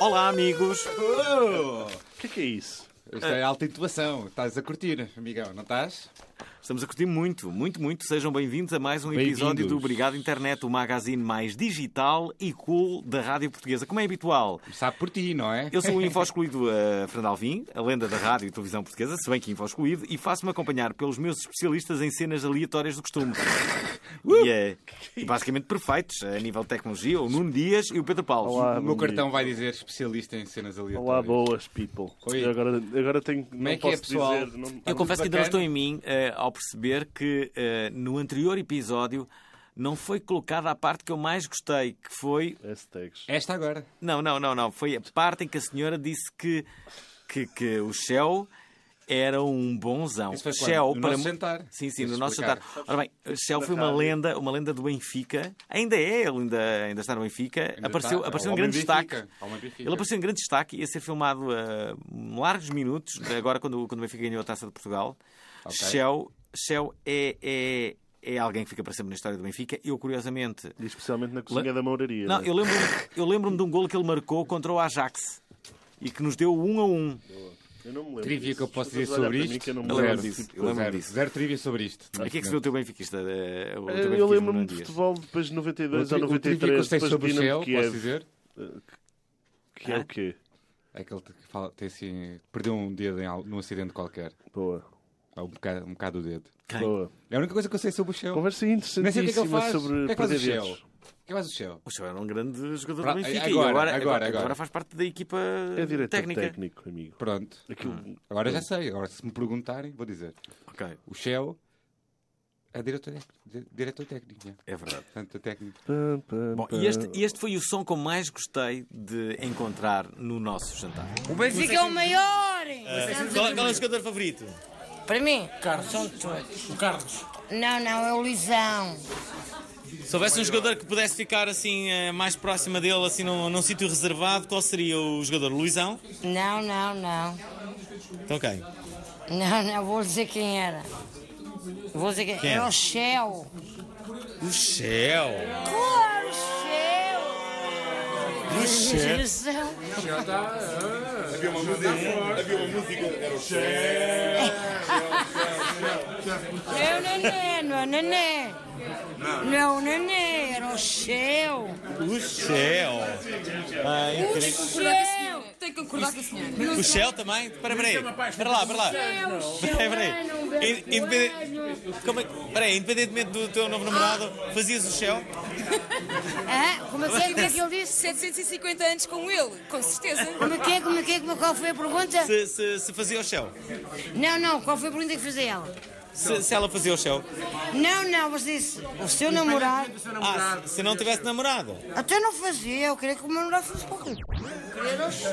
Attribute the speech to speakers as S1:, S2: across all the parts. S1: Olá, amigos! O que é que é isso?
S2: Isto é alta intubação. Estás a curtir, amigão, não estás?
S1: Estamos a curtir muito, muito, muito. Sejam bem-vindos a mais um episódio
S2: Bem-vindos.
S1: do Obrigado Internet, o magazine mais digital e cool da rádio portuguesa. Como é habitual,
S2: Sabe por ti, não é?
S1: eu sou o info excluído a Fernando Alvim, a lenda da rádio e televisão portuguesa, se bem que info excluído, e faço-me acompanhar pelos meus especialistas em cenas aleatórias do costume. E, é, e basicamente perfeitos a nível de tecnologia, o Nuno Dias e o Pedro Paulo.
S2: O
S3: Olá,
S2: meu
S3: bom
S2: cartão
S3: dia.
S2: vai dizer especialista em cenas aleatórias.
S3: Olá, boas people.
S2: Oi.
S3: Eu agora, agora tenho. não
S2: é que é,
S3: posso
S2: pessoal?
S3: dizer. Não,
S1: Eu
S2: muito
S1: confesso que ainda não
S2: bacana.
S1: estou em mim eh, ao perceber que eh, no anterior episódio não foi colocada a parte que eu mais gostei, que foi.
S3: Ah, Hashtags.
S2: Esta agora.
S1: Não, não, não, não. Foi a parte em que a senhora disse que, que, que o Shell era um bonzão.
S2: Isso foi quando?
S1: Shell
S2: No
S1: para
S2: nosso jantar.
S1: Sim, sim, no
S2: Tens de
S1: nosso
S2: explicar.
S1: jantar. Ora bem, Shell foi uma lenda, uma lenda do Benfica. Ainda é, ele ainda, ainda está no Benfica.
S2: Ainda
S1: apareceu
S2: está. é
S1: apareceu em
S2: Ao
S1: grande
S2: Benfica.
S1: destaque.
S2: Ao Benfica.
S1: Ele apareceu em grande destaque, ia ser filmado a largos minutos, agora quando, quando o Benfica ganhou a Taça de Portugal.
S2: Ok.
S1: Shell, Shell é, é, é alguém que fica para sempre na história do Benfica. Eu, curiosamente...
S3: E especialmente na cozinha da Mouraria. né?
S4: é.
S1: Não, eu lembro-me eu lembro de um golo que ele marcou contra o Ajax e que nos deu um a um.
S3: Eu não me lembro.
S2: Trivia que eu
S3: disso.
S2: posso
S3: Estás
S2: dizer
S3: a olhar
S2: sobre
S3: para mim
S2: isto?
S3: que eu não me
S1: Eu lembro
S3: lembro
S1: disso.
S3: desse tipo
S1: eu lembro
S2: zero.
S1: disso.
S2: Zero trivia sobre isto.
S1: O que é que se vê o teu benfiquista? eh, o teu
S3: de-
S1: benfiquismo
S3: Eu
S1: no
S3: lembro-me de
S1: Dias?
S3: futebol depois de
S2: O
S3: 92
S2: tri-
S3: ou
S2: o trivia que
S3: 93,
S2: eu sei
S3: depois de
S2: sobre o Shell,
S3: Dinamo
S4: é
S3: Kiev,
S2: posso dizer?
S3: que é o quê?
S2: É aquele que fala, tem assim, perdeu um dedo em al- num acidente qualquer.
S3: Boa,
S2: Ou um bocado, um bocado o dedo.
S1: Quem?
S3: boa.
S2: É a única coisa que Ah, eu sei sobre o Shell.
S3: Conversa
S2: Nem sei o que é que ele
S3: interessantíssima
S2: faz.
S3: sobre
S2: o que é que faz o Shell?
S3: presidentes.
S2: O que faz o Shell?
S1: O Xavier era um grande jogador
S2: Pra-
S1: do Benfica e
S2: agora,
S1: agora,
S2: agora, agora.
S1: faz parte da equipa
S3: É diretor
S1: técnica.
S3: técnico, amigo.
S2: Pronto.
S3: Aquilo.
S2: Agora já sei. Agora se me perguntarem, vou dizer.
S1: Ok,
S2: O Shell é diretor, tec- diretor técnico. né?
S1: é verdade.
S2: Portanto, a técnica.
S3: Pam, pam,
S1: Bom,
S3: pam.
S1: e este, e este foi o som que eu mais gostei de encontrar no nosso jantar.
S5: O Benfica é o maior!
S6: Qual, qual é o jogador favorito?
S5: Para mim?
S7: Carlos. O Carlos.
S5: Não, não, é o Luizão.
S6: Se houvesse um jogador que pudesse ficar assim eh, mais próxima dele, assim num, num sítio reservado, qual seria o jogador? Luizão?
S5: Não, não, não.
S6: Então quem?
S5: Não, não, vou dizer quem era. Vou dizer quem,
S6: Quem
S5: era.
S6: era?
S5: o Shell.
S6: O Shell.
S5: Claro, Shell! O Shell? Havia uma música, havia uma música, era É o Shell. Não, o Nené, não é Nené. Não, o Nené, era o Shell.
S6: O Shell. Ah,
S5: O
S6: incrível.
S5: Shell!
S7: Tem que concordar com a senhora.
S6: o Shell também? Espera peraí. Espera lá, espera lá. Espera peraí. In- Independente... Como é que- Espera aí, independentemente do teu novo namorado, fazias o Shell?
S5: Ah, como é que é, como é que ele disse?
S7: 750 anos com ele, com certeza.
S5: Como é que é, como é que é, como é qual foi a pergunta?
S6: Se, se, se fazia o Shell?
S5: Não, não, qual foi a pergunta que fez a ela?
S6: Se, se ela fazia o Shell?
S5: Não, não, mas disse, o seu namorado...
S6: Ah, se, se não tivesse namorado?
S5: Até não fazia, eu queria que o meu namorado fosse para o Rio. Queria o seu.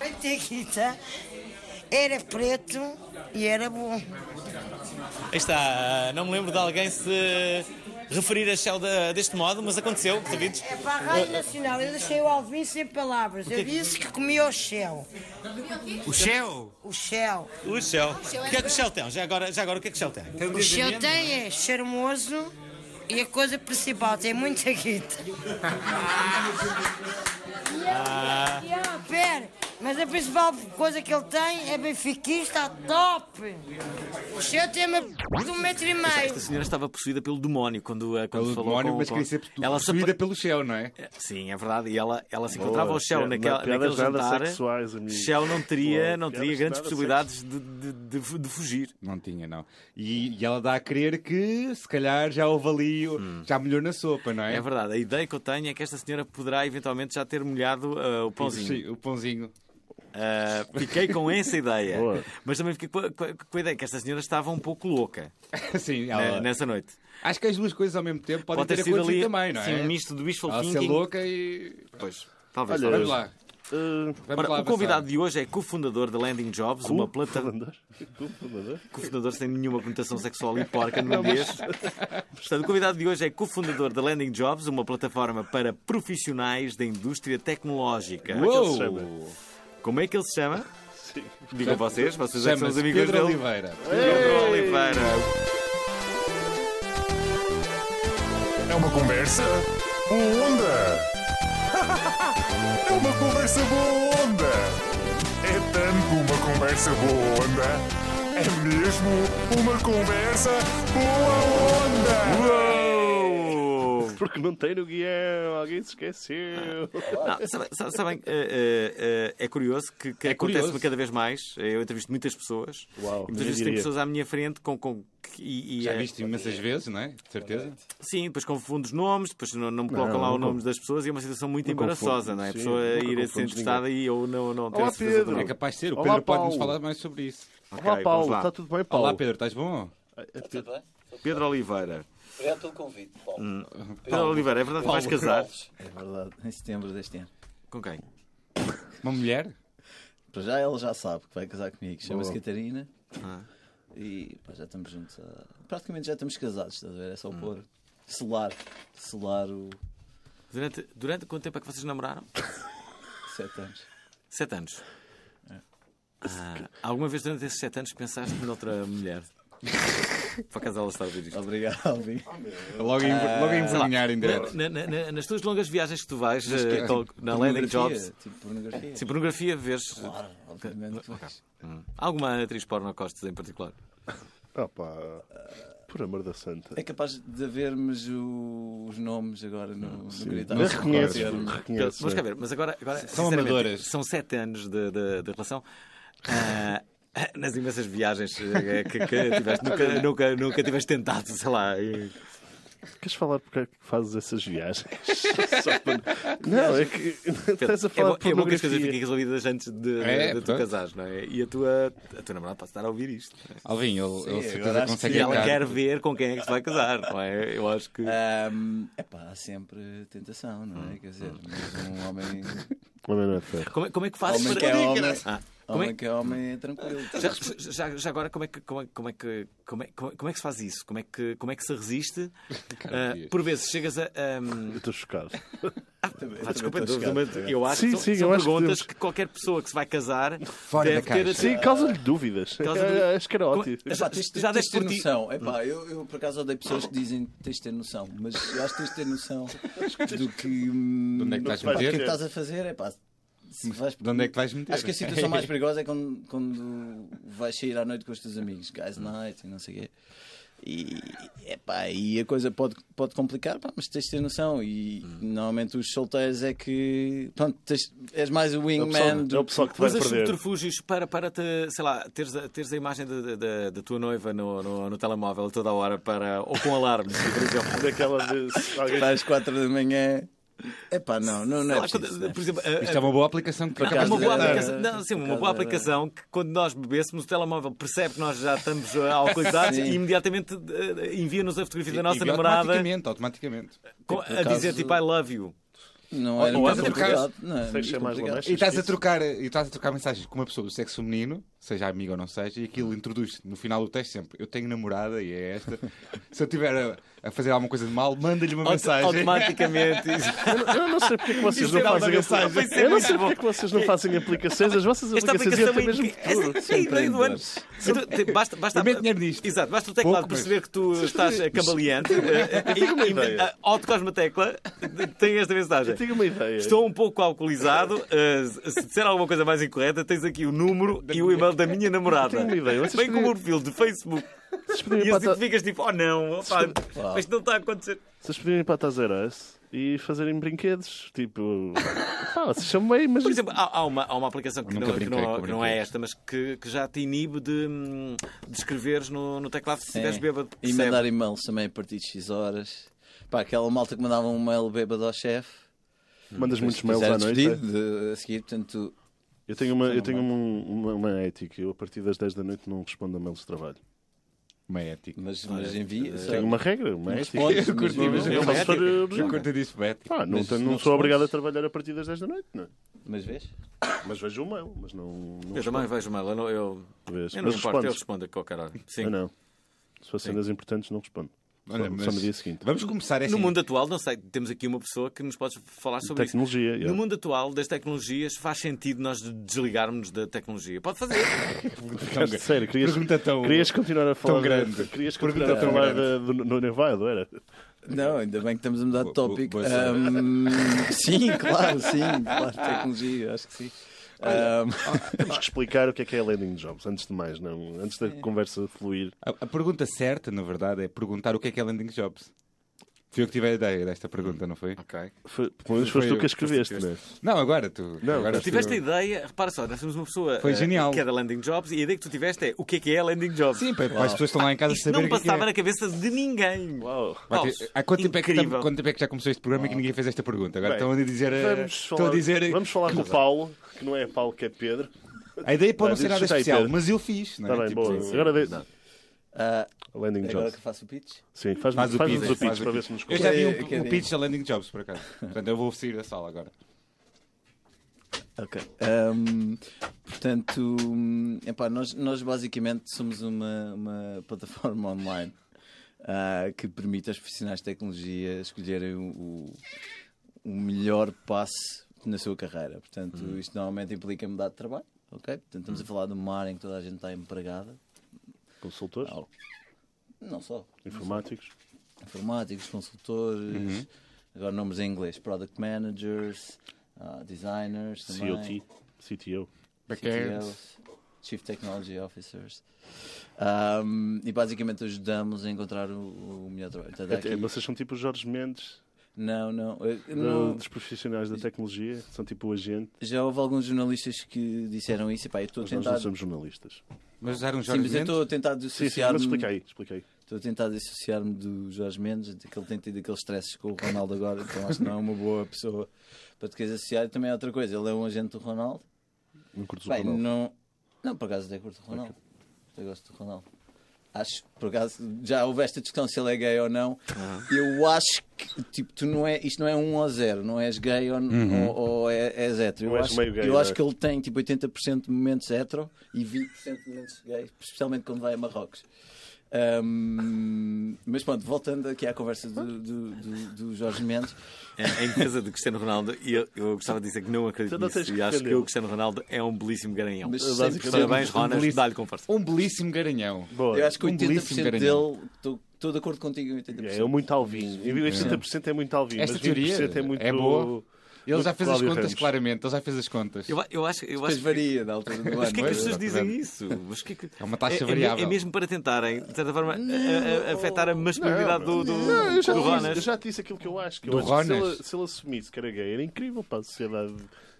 S5: Até aqui está. Era preto e era bom.
S6: Aí está, não me lembro de alguém se referir a Shell da- deste modo, mas aconteceu, sabidos?
S5: É para a Rádio Nacional, eu deixei o Alvin sem palavras. Eu disse que comia o Shell.
S6: O Shell?
S5: O Shell.
S6: O Shell. O que é que o Shell tem? Já agora, já agora o que é que o Shell tem?
S5: O Shell tem é charmoso e a coisa principal, tem muita guita. E ele- e ele- Pera, mas a principal coisa que ele tem é benfiquista top. O Shell tem uma p- de um metro e meio.
S1: Esta senhora estava possuída pelo demónio quando, eh, quando
S2: Pelo
S1: falou
S2: demónio,
S1: com,
S2: mas
S1: com...
S2: queria ser
S1: Ela se
S2: possuída pelo Shell, não é?
S1: Sim, é verdade. E ela, ela se encontrava ao Shell
S3: Não,
S1: naquela, naquele
S3: piadas nada
S1: jantar.
S3: sexuais, amigo.
S1: Shell não teria,
S3: Boa,
S1: não teria
S3: piadas
S1: grandes
S3: nada
S1: possibilidades de, de- de- de fugir.
S2: Não tinha, não. E, e ela dá a crer que, se calhar, já houve ali, já melhor na sopa, não é?
S1: É verdade. A ideia que eu tenho é que esta senhora poderá eventualmente já ter molhado ah, o pãozinho.
S2: Sim, o pãozinho.
S1: Ah, fiquei com essa ideia.
S3: Boa.
S1: Mas também fiquei com a, com a- com a ideia que esta senhora estava um pouco louca
S2: Sim,
S1: né,
S2: ela-
S1: nessa noite.
S2: Acho que as duas coisas ao mesmo tempo podem
S1: Pode ter
S2: Ah, ter
S1: sido
S2: acontecido
S1: ali
S2: também, não é?
S1: sim, um misto de wishful
S2: Ela ser
S1: thinking.
S2: louca e.
S1: Pois, talvez.
S3: Olha,
S1: talvez.
S2: Vamos lá.
S3: Uh,
S2: Vamos
S1: Ora,
S2: lá
S1: o convidado
S2: avançar.
S1: de hoje é cofundador da Landing Jobs, uma plataforma.
S3: Fundador? Fundador?
S1: cofundador sem nenhuma conotação sexual e porca no mês. Portanto, o convidado de hoje é cofundador da Landing Jobs, uma plataforma para profissionais da indústria tecnológica.
S2: Oh.
S3: se chama?
S2: Uou!
S1: Como é que ele se chama?
S3: Sim.
S1: Digam vocês, vocês é que são os
S2: Chama-se
S1: amigos
S2: Pedro
S1: dele.
S2: Oliveira.
S1: Pedro Oliveira.
S8: É uma conversa boa onda. É uma conversa boa onda. É tanto uma conversa boa onda. É mesmo uma conversa boa onda.
S1: Uou!
S3: Porque não tem no guião, alguém se esqueceu.
S2: Ah.
S1: Não, sabem, sabe- sabem, eh, eh, eh, é curioso que, que
S2: É
S1: acontece-me
S2: curioso.
S1: cada vez mais. Eu entrevisto muitas pessoas
S3: Uau, nem
S1: e muitas vezes tem
S3: diria.
S1: pessoas à minha frente com. com e, e,
S2: Já
S1: eh,
S2: viste imensas vezes, não é? De certeza.
S1: Sim, depois confundo os nomes, depois não, não me colocam
S3: Não,
S1: lá
S3: não
S1: o nome
S3: confundo.
S1: das pessoas e é uma situação muito
S3: Não confundo,
S1: embaraçosa, não é? A
S3: sim,
S1: pessoa
S3: nunca
S1: ir a ser
S3: confundes
S1: entrevistada e eu não, não ter
S3: Olá,
S1: a certeza do
S3: Pedro.
S1: nome.
S2: É capaz de ser. O
S3: Olá,
S2: Pedro pode-nos
S3: Paulo.
S2: falar mais sobre isso.
S1: Ok,
S3: Olá,
S1: vamos
S3: Paulo,
S1: lá.
S3: está tudo bem, Paulo?
S2: Olá, Pedro, estás bom?
S1: Pedro Oliveira.
S9: Obrigado pelo convite, Paulo.
S1: Pedro Oliveira, é verdade que vais casar?
S9: É verdade, em setembro deste ano.
S1: Com quem?
S2: Uma mulher?
S9: Para já ela já sabe que vai casar comigo. Chama-se Catarina.
S1: Ah.
S9: E pá, já estamos juntos. há- Praticamente já estamos casados, estás a ver? É só
S1: Hum.
S9: pôr selar. Selar o
S1: Durante, durante quanto tempo é que vocês namoraram?
S9: sete anos.
S1: Sete anos. Ah, alguma vez durante esses sete anos pensaste noutra mulher? Para acaso ela está a ouvir isto.
S9: Obrigado, Alvin.
S2: Logo em, logo em envergonhar em direto.
S1: Na- na- na- nas tuas longas viagens que tu vais eh, tal- na Landing
S9: Pornografia,
S1: Jobs,
S9: Tipo pornografia.
S1: sim, pornografia vês.
S9: Claro, obviamente. que vais.
S1: Alguma atriz porno costas em particular?
S3: Ah, pá. Por amor da santa.
S9: É capaz de havermos o- os nomes agora no, no gritar.
S2: Não se
S3: Reconheces,
S9: Termo.
S1: tá Pedro,
S3: reconheces. é?
S1: Mas quer ver, mas agora, agora, sinceramente,
S2: amadoras.
S1: São sete anos de, de- de relação. Ah, nas imensas viagens eh, que, que tiveste, nunca, nunca, nunca tiveste tentado, sei lá. eh,
S3: Queres falar porque é que fazes essas viagens? Só para- Não, é que estás a
S1: É bom,
S3: falar de
S1: é bom que as coisas
S3: pornografia.
S1: fiquem resolvidas antes de,
S2: É,
S1: de tu
S2: portanto.
S1: casares, não é? E a tua, a tua namorada pode estar a ouvir isto. não é?
S2: Alvin, ele, ele
S9: Sim,
S2: certeza
S9: agora acho
S2: consegue
S1: E ela
S2: entrar.
S1: quer ver com quem é que se vai casar, não é? Eu acho que.
S9: Ahm, epá, há sempre tentação, não é?
S1: Hum,
S9: Quer dizer, mas um homem,
S3: Homem não é ferro.
S1: Como, é- como é que fazes
S9: Homem
S1: para.
S9: que é homem.
S1: Ah, como
S9: homem
S1: é-
S9: que é homem é tranquilo.
S1: já, já- já agora, como é, que, como, é, como, é que, como, é, como é- como é que se faz isso? Como é que, como é que se resiste? Ah,
S2: Dias.
S1: por vezes chegas a. um,
S3: Eu estou chocado.
S1: Ah, desculpa,
S9: estou
S1: eu- mas eu acho
S3: Sim,
S1: que são,
S3: sim,
S1: são
S3: eu acho que
S1: perguntas
S3: temos.
S1: que, qualquer pessoa que se vai casar
S2: Fora
S1: deve
S2: da
S1: ter
S2: caixa.
S3: Sim, causa-lhe dúvidas.
S1: Causa
S3: É,
S1: dúvidas.
S3: Acho que era ótimo.
S1: Como-
S9: Epá, tens,
S1: Já
S9: já tens
S1: deste
S9: de ter
S1: por ti.
S9: noção. Epá, eu, eu por acaso odeio pessoas que dizem que tens de ter noção, mas eu acho que tens de ter noção do que. hum,
S2: De onde é que estás a
S9: pá, do que é que
S2: meter?
S9: estás a fazer? Epá, se vais-
S2: De onde é que vais meter?
S9: Acho que a situação mais perigosa é quando, quando vais sair à noite com os teus amigos, guys
S2: Hum.
S9: night e não sei o quê. E, epá, e a coisa pode, pode complicar, pá, mas tens de ter noção. E
S2: Hum.
S9: normalmente os solteiros é que. Pronto, tens- és mais o
S3: É o pessoal-
S9: wingman. do
S3: é o pessoal que te vai
S1: Mas as
S3: perder.
S1: subterfúgios para, para te, sei lá, teres, a- teres a imagem da- da- da da tua noiva no, no, no telemóvel toda a hora para, ou com alarmes, por exemplo.
S3: Daquela de se alguém
S9: Para às 4 da manhã. Epá, não, não, não
S1: Sei
S9: é
S1: lá, quando-
S9: preciso. não é
S1: por exemplo, a-
S2: Isto é uma boa aplicação que
S1: a-
S9: acaso
S2: acabaste
S1: uma
S2: de um
S1: boa
S9: era-
S1: aplicação, não, sim,
S9: por
S1: uma
S9: acaso
S1: boa
S9: era-
S1: aplicação que quando nós bebêssemos o telemóvel percebe que nós já estamos eh, alcoolizados
S9: Sim.
S1: e imediatamente eh, envia-nos a fotografia da nossa
S2: E
S1: namorada
S2: Automaticamente, automaticamente.
S1: com- a
S9: acaso-
S1: dizer tipo I love you.
S9: Não era
S2: Ou
S9: muito
S2: é por causa-
S9: complicado. Não, é
S3: sem
S9: muito
S3: ser mais
S9: complicado.
S3: honesto.
S2: E estás a trocar, e estás a trocar mensagens com uma pessoa do sexo feminino, seja amiga ou não seja, e aquilo introduz no final do texto sempre: Eu tenho namorada e é esta. Se eu estiver a, a fazer alguma coisa de mal, manda-lhe uma mensagem.
S1: Automaticamente.
S3: Eu não sei porque é que vocês
S1: Isto
S3: não
S1: é uma
S3: fazem
S1: mensagem. Vai
S3: aplicações.
S1: ser
S3: Eu não
S1: muito
S3: sei
S1: bom.
S3: porque é que vocês não fazem aplicações. As vossas
S1: Esta
S3: aplicações iam
S1: aplicação
S3: ter mesmo
S1: é
S3: futuro.
S1: Essa é a ideia do ano. Então, te- Basta, basta,
S2: Eu meto dinheiro nisto.
S1: Exato, basta o teclado
S2: Pouco, mas-
S1: perceber que tu estás eh, cambaleante. eh, eh, e- e- a Autocosma Tecla eh, tem esta mensagem.
S3: Eu tenho uma ideia.
S1: Estou um pouco alcoolizado. eh, se disser alguma coisa mais incorreta, tens aqui o número e o e-mail da minha namorada.
S3: Eu tenho uma ideia. Vocês
S1: Bem como
S3: podiam-
S1: o perfil de Facebook.
S3: Vocês
S1: E
S3: podiam ir
S1: assim
S3: para
S1: tu
S3: a ta-
S1: ficas tipo, oh não, opá, mas não está a acontecer.
S3: vocês podiam ir para a Tazeiras e fazerem brinquedos. Tipo. Ah, vocês são meio, mas.
S1: Por exemplo, há, há uma, há uma aplicação que,
S2: Nunca
S1: não, que
S2: brinquei
S1: não-
S2: com
S1: não é
S2: brinquedos.
S1: esta, mas que, que já te inibe de, hum, de escreveres no, no teclado se estiveres
S9: Sim.
S1: bêbado.
S9: E
S1: percebe?
S9: mandar e-mails também a partir de X horas. Pá, aquela malta que mandava um e-mail bêbado ao chefe.
S3: Mandas muitos
S9: Se
S3: mails
S9: quiser
S3: à noite. é?
S9: despedido de- a seguir, portanto,
S3: Eu
S4: Eu tenho, uma, eu tenho um- uma, uma ética. Eu, a partir das 10 da noite, não respondo a mails de trabalho.
S2: Uma ética.
S9: Mas, mas envia. só-
S4: Tenho uma regra, uma ética.
S9: respondes,
S4: Eu
S9: mas
S4: curti, mas
S9: não-
S4: eu
S9: é
S4: faço para-
S2: Eu curto disso, Beto.
S4: Pá, não,
S9: Mas
S4: tenho-
S9: se
S4: não
S9: não
S4: sou obrigado a
S9: respondes?
S4: trabalhar a partir das 10 da noite, não é?
S9: Mas vês?
S4: Mas vejo o mail, mas não. não
S1: Eu também vejo mail. Eu não, eu,
S4: Vês.
S1: eu não
S4: Mas
S1: me importo, eu
S4: respondes.
S1: respondo a qualquer hora. Sim.
S4: Eu não. Se for cenas importantes, não respondo. Só-
S2: Olha,
S4: só,
S2: mas
S4: no dia seguinte.
S2: Vamos começar assim.
S1: No mundo atual, não sei, temos aqui uma pessoa que nos pode falar sobre isso.
S4: Tecnologia.
S1: No
S4: eu-
S1: mundo atual das tecnologias, faz sentido nós desligarmos da tecnologia? Pode fazer.
S2: Tão gra-
S4: Sério, querias,
S2: Pergunta tão...
S4: querias continuar a falar.
S2: grande.
S4: Querias
S2: Pergunta
S4: continuar a
S2: tão
S4: falar
S2: grande.
S4: da- do, do Nevado, era?
S9: Não, ainda bem que estamos a mudar de
S2: Boa-
S9: tópico.
S2: boa sorte.
S9: Ahm, sim, claro, sim, claro, tecnologia, acho que sim. Ahm,
S4: Temos que explicar o que é que é Landing Jobs, antes de mais, não? Antes da conversa fluir.
S2: A, a pergunta certa, na verdade, é perguntar o que é que é Landing Jobs. Fui eu que tive a ideia desta pergunta, não foi?
S1: ok.
S4: Foi, pelo menos
S2: Foi
S4: foste tu
S2: eu,
S4: que a escreveste, não é?
S2: Não, agora tu.
S4: Não,
S2: agora
S4: mas
S2: tu-
S1: Tiveste a ideia, repara só, nós temos uma pessoa
S2: Foi
S1: eh,
S2: genial.
S1: que é da Landing Jobs e a ideia que tu tiveste é o que é que é Landing Jobs?
S2: Sim, para,
S4: Oh.
S2: para as pessoas que estão lá em casa
S1: Isto não
S2: saberem o que é que
S1: passava
S2: é.
S1: na cabeça de ninguém.
S4: Uau!
S2: Vai ter-
S1: Paulo,
S2: Há quanto tempo, é que,
S1: incrível.
S2: quanto tempo é que já começou este programa e que ninguém fez esta pergunta? Agora
S4: Bem,
S2: estão a dizer. eh,
S4: Vamos
S2: estão
S4: falar,
S2: a dizer
S4: vamos falar com o Paulo, que não é Paulo, que é Pedro.
S2: A ideia pode não
S4: Vai,
S2: ser nada
S4: chuta aí,
S2: especial,
S4: Pedro.
S2: mas eu fiz. Não é?
S4: Está Tá bem,
S2: Tipo,
S4: boa.
S2: sim, sim.
S4: Agora de...
S9: ah,
S4: Landing
S9: é agora
S4: Jobs.
S9: que eu faço o pitch?
S4: Sim, faz-
S2: Faz
S4: faz-nos
S2: o pitch,
S4: o
S2: faz
S4: pitch
S2: o
S4: para ver
S2: pitch.
S4: se nos
S2: Eu
S4: conta.
S2: já vi
S9: Eu
S2: um,
S9: quero
S2: um
S9: ir.
S2: pitch da Landing Jobs, por acaso. Portanto, eu vou sair da sala agora.
S9: Ok. Ahm, portanto, hum, epá, nós, nós basicamente somos uma, uma plataforma online ah, que permite aos profissionais de tecnologia escolherem o, o- o melhor passo na sua carreira. Portanto, isto normalmente implica mudar de trabalho. ok? Portanto, estamos a falar de uma área em que toda a gente está empregada.
S4: Consultores,
S9: Não, não só.
S4: informáticos.
S9: informáticos, consultores, agora nomes em inglês, product managers, ah, designers, também,
S4: COT, CTO.
S2: Backends.
S9: CTOs, Chief Technology Officers. Ahm, e basicamente ajudamos a encontrar o, o melhor trabalho. Portanto, há
S4: Até-
S9: é aqui-
S4: Vocês são tipo os Jorge Mendes
S9: Não, não. eu- eu
S4: do-
S9: não-
S4: dos profissionais da tecnologia, são tipo o agente,
S9: Já houve alguns jornalistas que disseram isso. Epá, eu estou a
S4: mas nós não
S9: tentar. Sim,
S4: somos jornalistas.
S2: Mas usar um Jorge
S9: mas eu
S2: Mendes?
S9: estou a tentar
S4: Sim, sim, mas
S9: dissociar-me.
S4: explica aí, explica aí.
S9: Estou a tentar dissociar-me do Jorge Mendes, de que ele tem tido aqueles stresses com o Ronaldo agora, então acho que não é uma boa pessoa para te queres associar. E também é outra coisa, ele é um agente do Ronaldo.
S4: Não curtes o
S9: Bem,
S4: Ronaldo.
S9: não. Não, por acaso até curto o Ronaldo. Eu gosto do Ronaldo. Acho, por acaso, já houve esta discussão se ele é gay ou não. Eu acho que, tipo, tu não é, isto não é um ou zero, não és gay ou, ou, ou é, és hétero.
S4: Não
S9: eu
S4: és
S9: acho,
S4: meio gay,
S9: eu
S4: não é?
S9: acho que ele tem, tipo, 80% de momentos hétero e 20% de momentos gay, especialmente quando vai a Marrocos. Ahm, mas pronto, voltando aqui à conversa do, do, do- do Jorge Mendes,
S1: É, Em em defesa de Cristiano Ronaldo, e eu, eu gostava de dizer que não acredito
S4: Tu não tens
S1: nisso. E
S4: que
S1: acho que
S4: defender.
S1: o Cristiano Ronaldo é um belíssimo garanhão.
S9: mas
S4: basicamente-
S9: 100%,
S1: Parabéns, Ronas,
S2: belíssimo-
S1: dá-lhe com força.
S2: Um belíssimo garanhão.
S4: Boa.
S9: eu acho que
S2: Um belíssimo
S9: 80%
S2: garanhão.
S9: dele, estou estou de acordo contigo em 80%.
S4: É, é muito alvinho. E o 80% é muito alvinho,
S2: Esta
S4: mas 20% é
S2: teoria
S4: muito...
S2: é boa. Ele
S4: muito
S2: já fez as
S4: Cláudio
S2: contas,
S4: Ramos.
S2: claramente. Ele já fez as contas.
S1: Eu, a- eu acho, eu
S9: Depois
S1: acho que.
S9: varia na altura do ano.
S1: Mas porquê é que as
S9: não
S1: pessoas
S9: é?
S1: dizem isso? Mas que é, que-
S2: É uma taxa
S1: é- é me-
S2: variável.
S1: É, mesmo para tentarem, de certa forma, a- a- a- afetar a masculinidade do, do,
S4: Não, Ah, eu já,
S1: do
S4: te disse,
S1: Ronas.
S4: eu já te disse aquilo que eu acho. Que eu
S2: Do
S4: acho que se,
S2: Ronas?
S4: ele, se ele assumisse que era gay, era incrível para a sociedade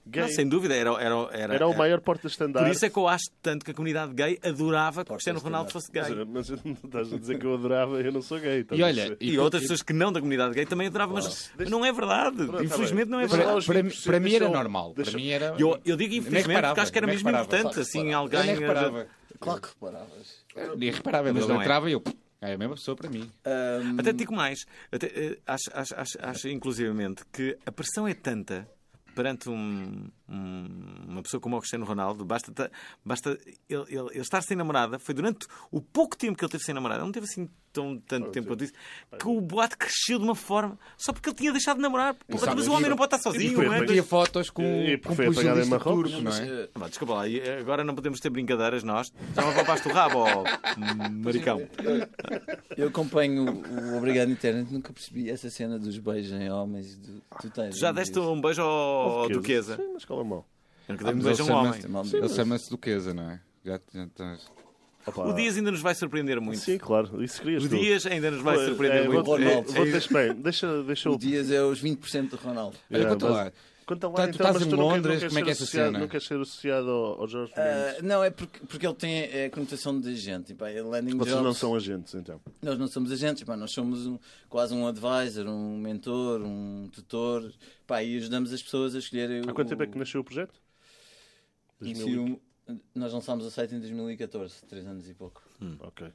S4: gay.
S1: Não, sem dúvida, era, era, era,
S4: era o
S1: é-
S4: maior porta-estandarte.
S1: Por isso é que eu acho tanto que a comunidade gay adorava que o Cristiano Ronaldo fosse
S4: Mas,
S1: gay.
S4: mas não estás a dizer que eu adorava, eu não sou gay. estás
S2: E
S4: a
S2: olha,
S4: dizer.
S1: E outras pessoas que não da comunidade gay também adoravam, mas não é verdade.
S4: tá
S1: Infelizmente
S4: bem.
S1: não é
S4: Deixa
S1: verdade.
S4: lá
S2: para,
S4: os
S2: para-
S4: 20%,
S2: para mim era
S4: deixa-
S2: normal.
S4: deixa-
S2: Para mim era.
S1: Eu, eu digo
S2: Nem
S1: infelizmente
S2: reparava,
S1: porque acho que era
S2: nem
S1: mesmo
S2: reparava,
S1: importante,
S2: só-
S1: assim,
S2: só-
S1: alguém.
S2: Eu nem reparava.
S9: Claro que reparavas.
S2: Nem reparava. Ele
S1: Mas não é.
S2: entrava e eu. "Pff, É a mesma pessoa para mim.
S9: Ahm,
S1: eh, Até te digo mais. Até, eh, acho, acho, acho, acho, inclusivamente, que a pressão é tanta perante um- um- uma pessoa como o Cristiano Ronaldo. Basta, ta- basta ele, ele- ele estar sem namorada. Foi durante o pouco tempo que ele teve sem namorada. Não teve assim tão, tanto tempo quanto isso. Que o boato cresceu de uma forma. Só porque ele tinha deixado de namorar. Porra,
S2: sabe,
S1: mas o
S2: eu-
S1: homem não pode estar
S4: eu-
S1: sozinho.
S4: eu-
S1: não é?
S4: eu-
S2: Tinha fotos com,
S4: E
S2: com um
S4: foi apagado em
S2: pugilista
S4: Marrocos.
S2: turco, não é?
S1: Pá, Desculpa lá, e agora não podemos ter brincadeiras nós. Já me poupaste o rabo, ó, maricão.
S9: eu acompanho o, o Obrigado Internet, nunca percebi essa cena dos beijos em homens. e do- tu tens,
S1: Já deste um beijo ao Duquesa.
S4: Sim, mas é cala a mão.
S1: Eu nunca dei
S2: Ah,
S1: um
S2: mas
S1: beijo a
S2: ele
S1: um homem.
S9: É
S2: chama-se- Ele chama-se Duquesa, não é? Já, já, já-
S4: Opa.
S1: O Dias ainda nos vai surpreender muito.
S4: Sim, claro. Isso querias
S1: O
S4: tu.
S1: Dias ainda nos vai
S4: Olha,
S1: surpreender
S4: é,
S1: muito.
S4: Vou,
S9: Ronaldo.
S4: vou, deixa, bem, deixa, deixa
S9: O
S4: o...
S9: Dias é os 20% do Ronaldo.
S2: Olha,
S4: Yeah,
S2: conta
S4: mas-
S2: lá.
S4: Conta lá,
S2: Tá, tu
S4: então,
S2: estás
S4: mas
S2: em
S4: tu não queres-
S2: Londres,
S4: não
S2: como é que é
S4: queres
S2: essa
S4: ser associado-
S2: cena?
S4: Não queres ser associado ao, ao Jorge
S1: Eh,
S4: Mendes.
S9: Ah, não, é porque, porque ele tem é, a conotação de agente. Pá, é landing
S4: Vocês
S9: jobs.
S4: não são agentes, então.
S9: Nós não somos agentes, pá, nós somos um- quase um advisor, um mentor, um tutor. Pá, e ajudamos as pessoas a escolherem
S4: Há é
S9: o-
S4: quanto tempo é que nasceu o projeto?
S9: Conheci o- Nós lançámos o site em 2014, três anos e pouco.
S3: Ok.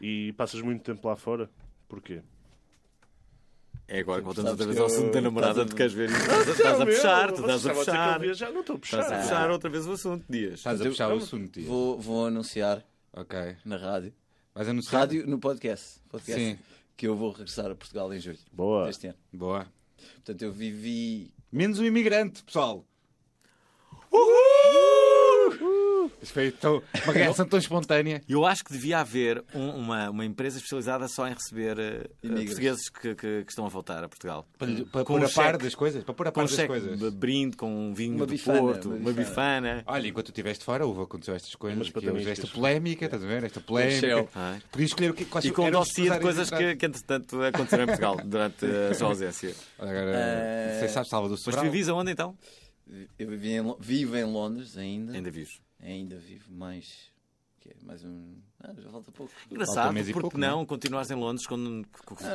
S3: E passas muito tempo lá fora? Porquê?
S1: É agora que voltamos outra
S9: Sabes
S1: vez
S9: que
S1: ao
S9: eu-
S1: assunto da namorada,
S9: estás a-
S1: tu queres ver isso? Estás a- Estás a puxar, tu estás a puxar.
S3: Já não estou a puxar.
S1: Estás a puxar outra vez o assunto, Dias.
S2: Estás a puxar o assunto, tio.
S9: Vou, vou anunciar
S2: Ok.
S9: na rádio,
S2: Vais anunciar?
S9: rádio no podcast, podcast
S2: Sim.
S9: que eu vou regressar a Portugal em julho
S3: Boa.
S9: deste ano.
S2: Boa.
S9: Portanto, eu vivi.
S2: Menos um imigrante, pessoal. Isso foi tão- uma reação tão espontânea.
S1: Eu acho que devia haver um- uma, uma empresa especializada só em receber eh,
S9: Imigrantes.
S1: portugueses que, que- que estão a voltar a Portugal.
S2: Para, lhe- para
S1: Com
S2: pôr
S1: um
S2: a par
S1: cheque.
S2: das coisas. Para pôr a
S1: Com
S2: par
S1: um
S2: das
S1: cheque
S2: coisas.
S1: de brinde, com um vinho
S9: Uma
S1: do
S9: bifana,
S1: Porto,
S9: uma
S1: uma bifana.
S2: Olha, enquanto tu estiveste fora, houve, aconteceu estas coisas.
S3: Umas
S2: que houve
S3: pataniscas.
S2: esta polémica, estás a ver? Esta polémica.
S1: Ah, é.
S2: Podias escolher o que quais
S1: E com um
S2: eram os
S1: dossiê de coisas
S2: empresários
S1: que,
S2: entrados.
S1: que, entretanto, aconteceram em Portugal durante eh, a sua ausência.
S2: Olha, Agora,
S9: Eh,
S2: Você sabe, Salvador
S1: Mas
S2: Sobral.
S1: tu vives aonde então?
S9: Eu vivi em, Lo- vivo em Londres ainda.
S1: Ainda vives.
S9: Ainda vivo mais. que é mais um. Ah, já falta pouco.
S2: Falta
S1: Engraçado,
S2: um mês e
S1: porque
S2: pouco,
S1: não continuares em Londres quando
S9: Ah, não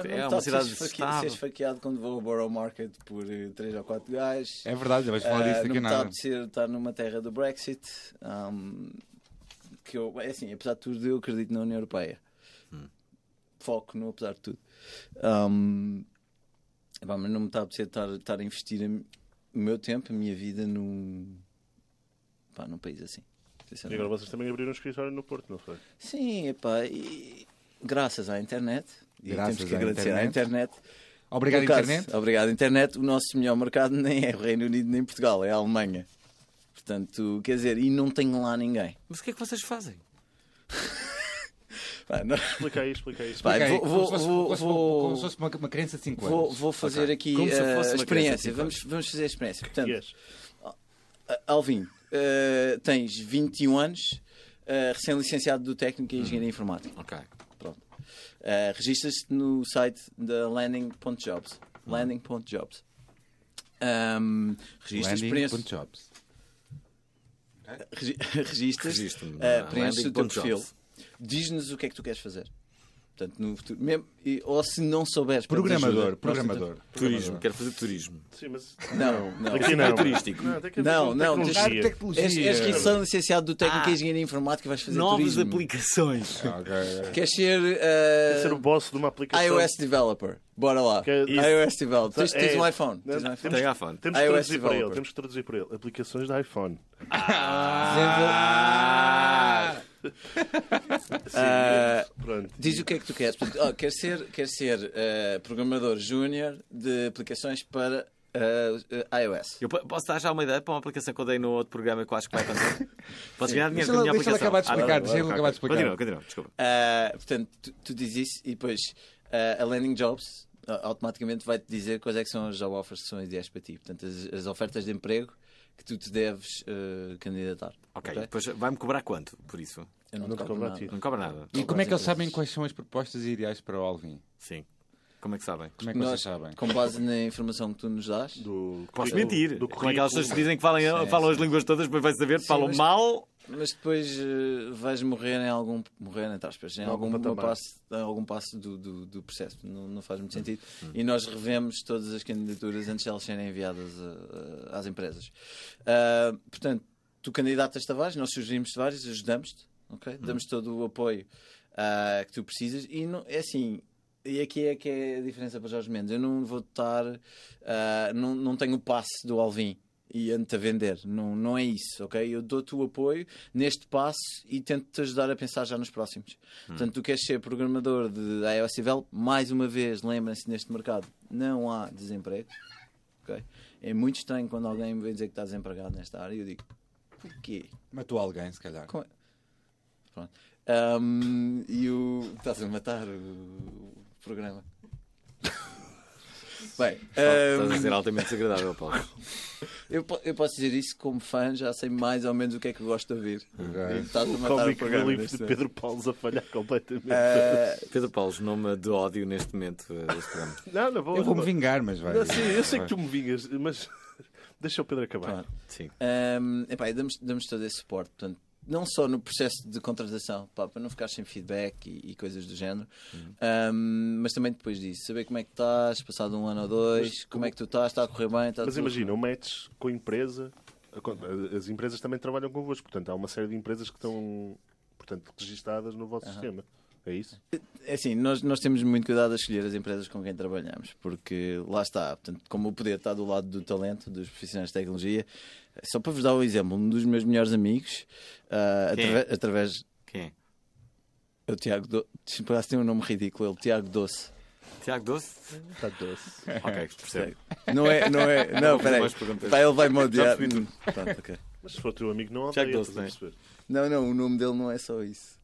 S1: é
S9: toque
S1: uma cidade
S9: ser esfaque- ser
S1: estável?
S9: esfaqueado quando vou ao Borough Market por 3 ou 4 gajos.
S2: É verdade, já vais falar
S9: Ah,
S2: disso
S9: não
S2: daqui a
S9: me está a
S2: nada.
S9: apetecer estar numa terra do Brexit. ahm, que eu, é assim, apesar de tudo, eu acredito na União Europeia.
S2: Hum.
S9: Foco no apesar de tudo. Ahm, epá, mas não me está a apetecer estar, estar a investir a mi- o meu tempo, a minha vida num, pá, num país assim.
S3: E agora vocês também abriram um escritório no Porto, não foi?
S9: Sim, epá, e graças à internet. E
S2: Graças
S9: temos que
S2: à
S9: agradecer à internet.
S2: Obrigado,
S9: No caso,
S2: internet.
S9: Obrigado, internet. O nosso melhor mercado nem é o Reino Unido nem Portugal, é a Alemanha. Portanto, quer dizer, e não tenho lá ninguém.
S1: Mas o que é que vocês fazem?
S9: Pá, Ah, não-
S3: Explica aí, explica aí.
S9: Pá,
S2: Explica aí,
S9: vou-
S2: como
S9: vou-
S2: se fosse-
S9: vou-
S2: como se fosse-
S9: vou-
S2: Como se fosse uma, uma criança de 5 anos.
S9: Vou, vou fazer aqui
S1: Como se fosse uma
S9: eh,
S1: criança,
S9: experiência.
S1: tipo,
S9: Vamos, vamos fazer a experiência. Portanto,
S3: Yes.
S9: Ah, Alvin, eh, tens 21 anos, eh, recém-licenciado do técnico em engenharia informática.
S1: Hum. Ok.
S9: Pronto. Eh, Registas-te no site da landing.jobs.
S1: Hum.
S9: Landing.jobs. Um, registas, preenches,
S2: Jobs.
S9: Regi- registas,
S1: Registro-me
S9: eh,
S1: na
S9: preenches o teu
S1: landing.jobs.
S9: perfil, diz-nos o que é que tu queres fazer. Portanto, no futuro, mesmo, e- ou se não souberes, pedes ajuda.
S2: Programador,
S9: Nós
S2: programador.
S1: Turismo, quero fazer turismo.
S3: Sim, mas.
S9: tentamos- Não, não.
S3: Aqui não.
S1: turístico.
S3: Não, tem que haver
S9: Não, não,
S3: tecnologia.
S9: És, és licenciado do técnico em engenharia informática, vais fazer
S1: Novas
S9: turismo.
S1: aplicações.
S2: Ah, ok, ok.
S9: Queres ser, eh,
S3: Ser o boss de uma aplicação.
S9: iOS developer? Bora lá.
S3: Que- Isso.
S9: iOS developer. Tens, tens
S3: É-
S9: um iPhone.
S3: Não,
S9: Tens um iPhone.
S3: Temos,
S1: Tem iPhone.
S3: temos que
S9: iOS
S3: traduzir para ele.
S9: developer.
S3: Temos que traduzir para ele. Aplicações de iPhone.
S1: Ah!
S3: Sim, pronto.
S9: Diz o que é que tu queres. Portanto, oh, quer ser, quer ser eh, programador júnior de aplicações para eh, eh, iOS.
S1: Eu po- posso dar já uma ideia para uma aplicação que eu dei no outro programa que eu acho que vai acontecer? Posso ganhar dinheiro com
S2: Deixa
S1: a
S2: ele
S1: minha
S2: deixa
S1: aplicação?
S2: ele acabar
S1: Ah, não,
S2: de explicar. Deixa ele
S1: ok.
S2: acabar de explicar.
S1: Continua, continua, desculpa.
S9: Ah, portanto, tu, tu dizes isso e depois ah, a Landing Jobs ah, automaticamente vai-te dizer quais é que são as job offers que são ideais para ti. Portanto, as, as ofertas de emprego que tu te deves ah, candidatar.
S1: Ok, depois vai-me cobrar quanto por isso?
S9: Eu não,
S3: Não
S9: te
S3: te
S9: cobro
S3: cobro a
S9: nada.
S3: ti.
S1: Não cobra nada.
S2: E como é que eles
S9: Algumas
S2: sabem
S9: empresas.
S2: quais são as propostas ideais para o Alvin?
S1: Sim. Como é que sabem?
S2: Como é que vocês
S9: Nós,
S2: sabem?
S9: com base na informação que tu nos dás,
S3: Do
S1: Posso
S3: currículo-
S1: mentir.
S3: Do
S1: Como é que elas pessoas que
S3: currículo.
S1: dizem que falam, falam as línguas todas, depois vai saber,
S9: Sim,
S1: falam
S9: mas-
S1: mal.
S9: mas depois ah, vais morrer em algum morrer entre aspas, em
S3: Em algum
S9: algum,
S3: patamar. Hum,
S9: passo, em algum passo do, do- do processo. Não, não faz muito sentido. E nós revemos todas as candidaturas antes de elas serem enviadas ah, ah, às empresas. Ah, portanto, tu candidatas-te a vários, nós sugerimos-te vários, ajudamos-te, ok?
S3: Hum.
S9: Damos todo o apoio ah, que tu precisas e não, é assim. E aqui é que é a diferença para Jorge Mendes. Eu não vou estar. ah, não, não tenho o passe do Alvin e ando-te a vender. Não, não é isso, ok? Eu dou-te o apoio neste passo e tento-te ajudar a pensar já nos próximos. Portanto, tu queres ser programador de iOS Develop, mais uma vez, lembrem-se, neste mercado não há desemprego. ok? É muito estranho quando alguém me vem dizer que está desempregado nesta área e eu digo, porquê?
S2: Matou alguém, se calhar.
S9: Com- é? Pronto. Ahm, e o. Estás a matar o, o programa. Bem,
S1: Estás a
S9: ahm,
S1: dizer altamente desagradável, Paulo.
S9: eu, po- eu posso dizer isso como fã, já sei mais ou menos o que é que eu gosto de ouvir. Estás a matar o
S3: Cómico
S9: programa.
S3: Relief
S9: neste
S3: de
S9: momento.
S3: Pedro Paulo a falhar completamente.
S9: Ah,
S1: Pedro Paulo, nome de ódio neste momento eh, deste programa.
S3: Não, não vou.
S2: Eu vou-me
S3: não-
S2: vingar, mas vai.
S3: Não, sim, eu sei que tu me vingas, mas deixa o Pedro acabar.
S9: pronto.
S1: Sim.
S9: Ahm, epá, e damos, damos todo esse suporte, portanto, não só no processo de contratação, pá, para não ficar sem feedback e, e coisas do género, ahm, mas também depois disso, saber como é que estás, passado um ano ou dois, como é que tu estás, está a correr bem, está
S3: Mas
S9: tudo-
S3: imagina, o match com a empresa, a
S4: Aconte- As empresas também trabalham convosco, portanto, há uma série de empresas que estão portanto, registadas no vosso sistema. É isso?
S9: É assim, nós, nós temos muito cuidado a escolher as empresas com quem trabalhamos, porque lá está, portanto, como o poder está do lado do talento, dos profissionais de tecnologia, só para vos dar um exemplo, um dos meus melhores amigos, ah,
S1: Quem é?
S9: atrave- através.
S1: Quem é?
S9: É o Tiago Doce. Parece que tem um nome ridículo, ele, Tiago Doce.
S1: Tiago Doce?
S4: Está doce.
S1: Ok, percebo.
S9: Não é, não é, não, peraí.
S1: mais perguntas.
S9: Pá, ele vai-me odiar.
S1: percebi tudo.
S9: Pronto, ok.
S4: Mas se for teu amigo, não há
S1: Tiago
S4: ideia,
S1: Doce,
S4: estás a perceber?
S9: Não, não, o nome dele não é só isso.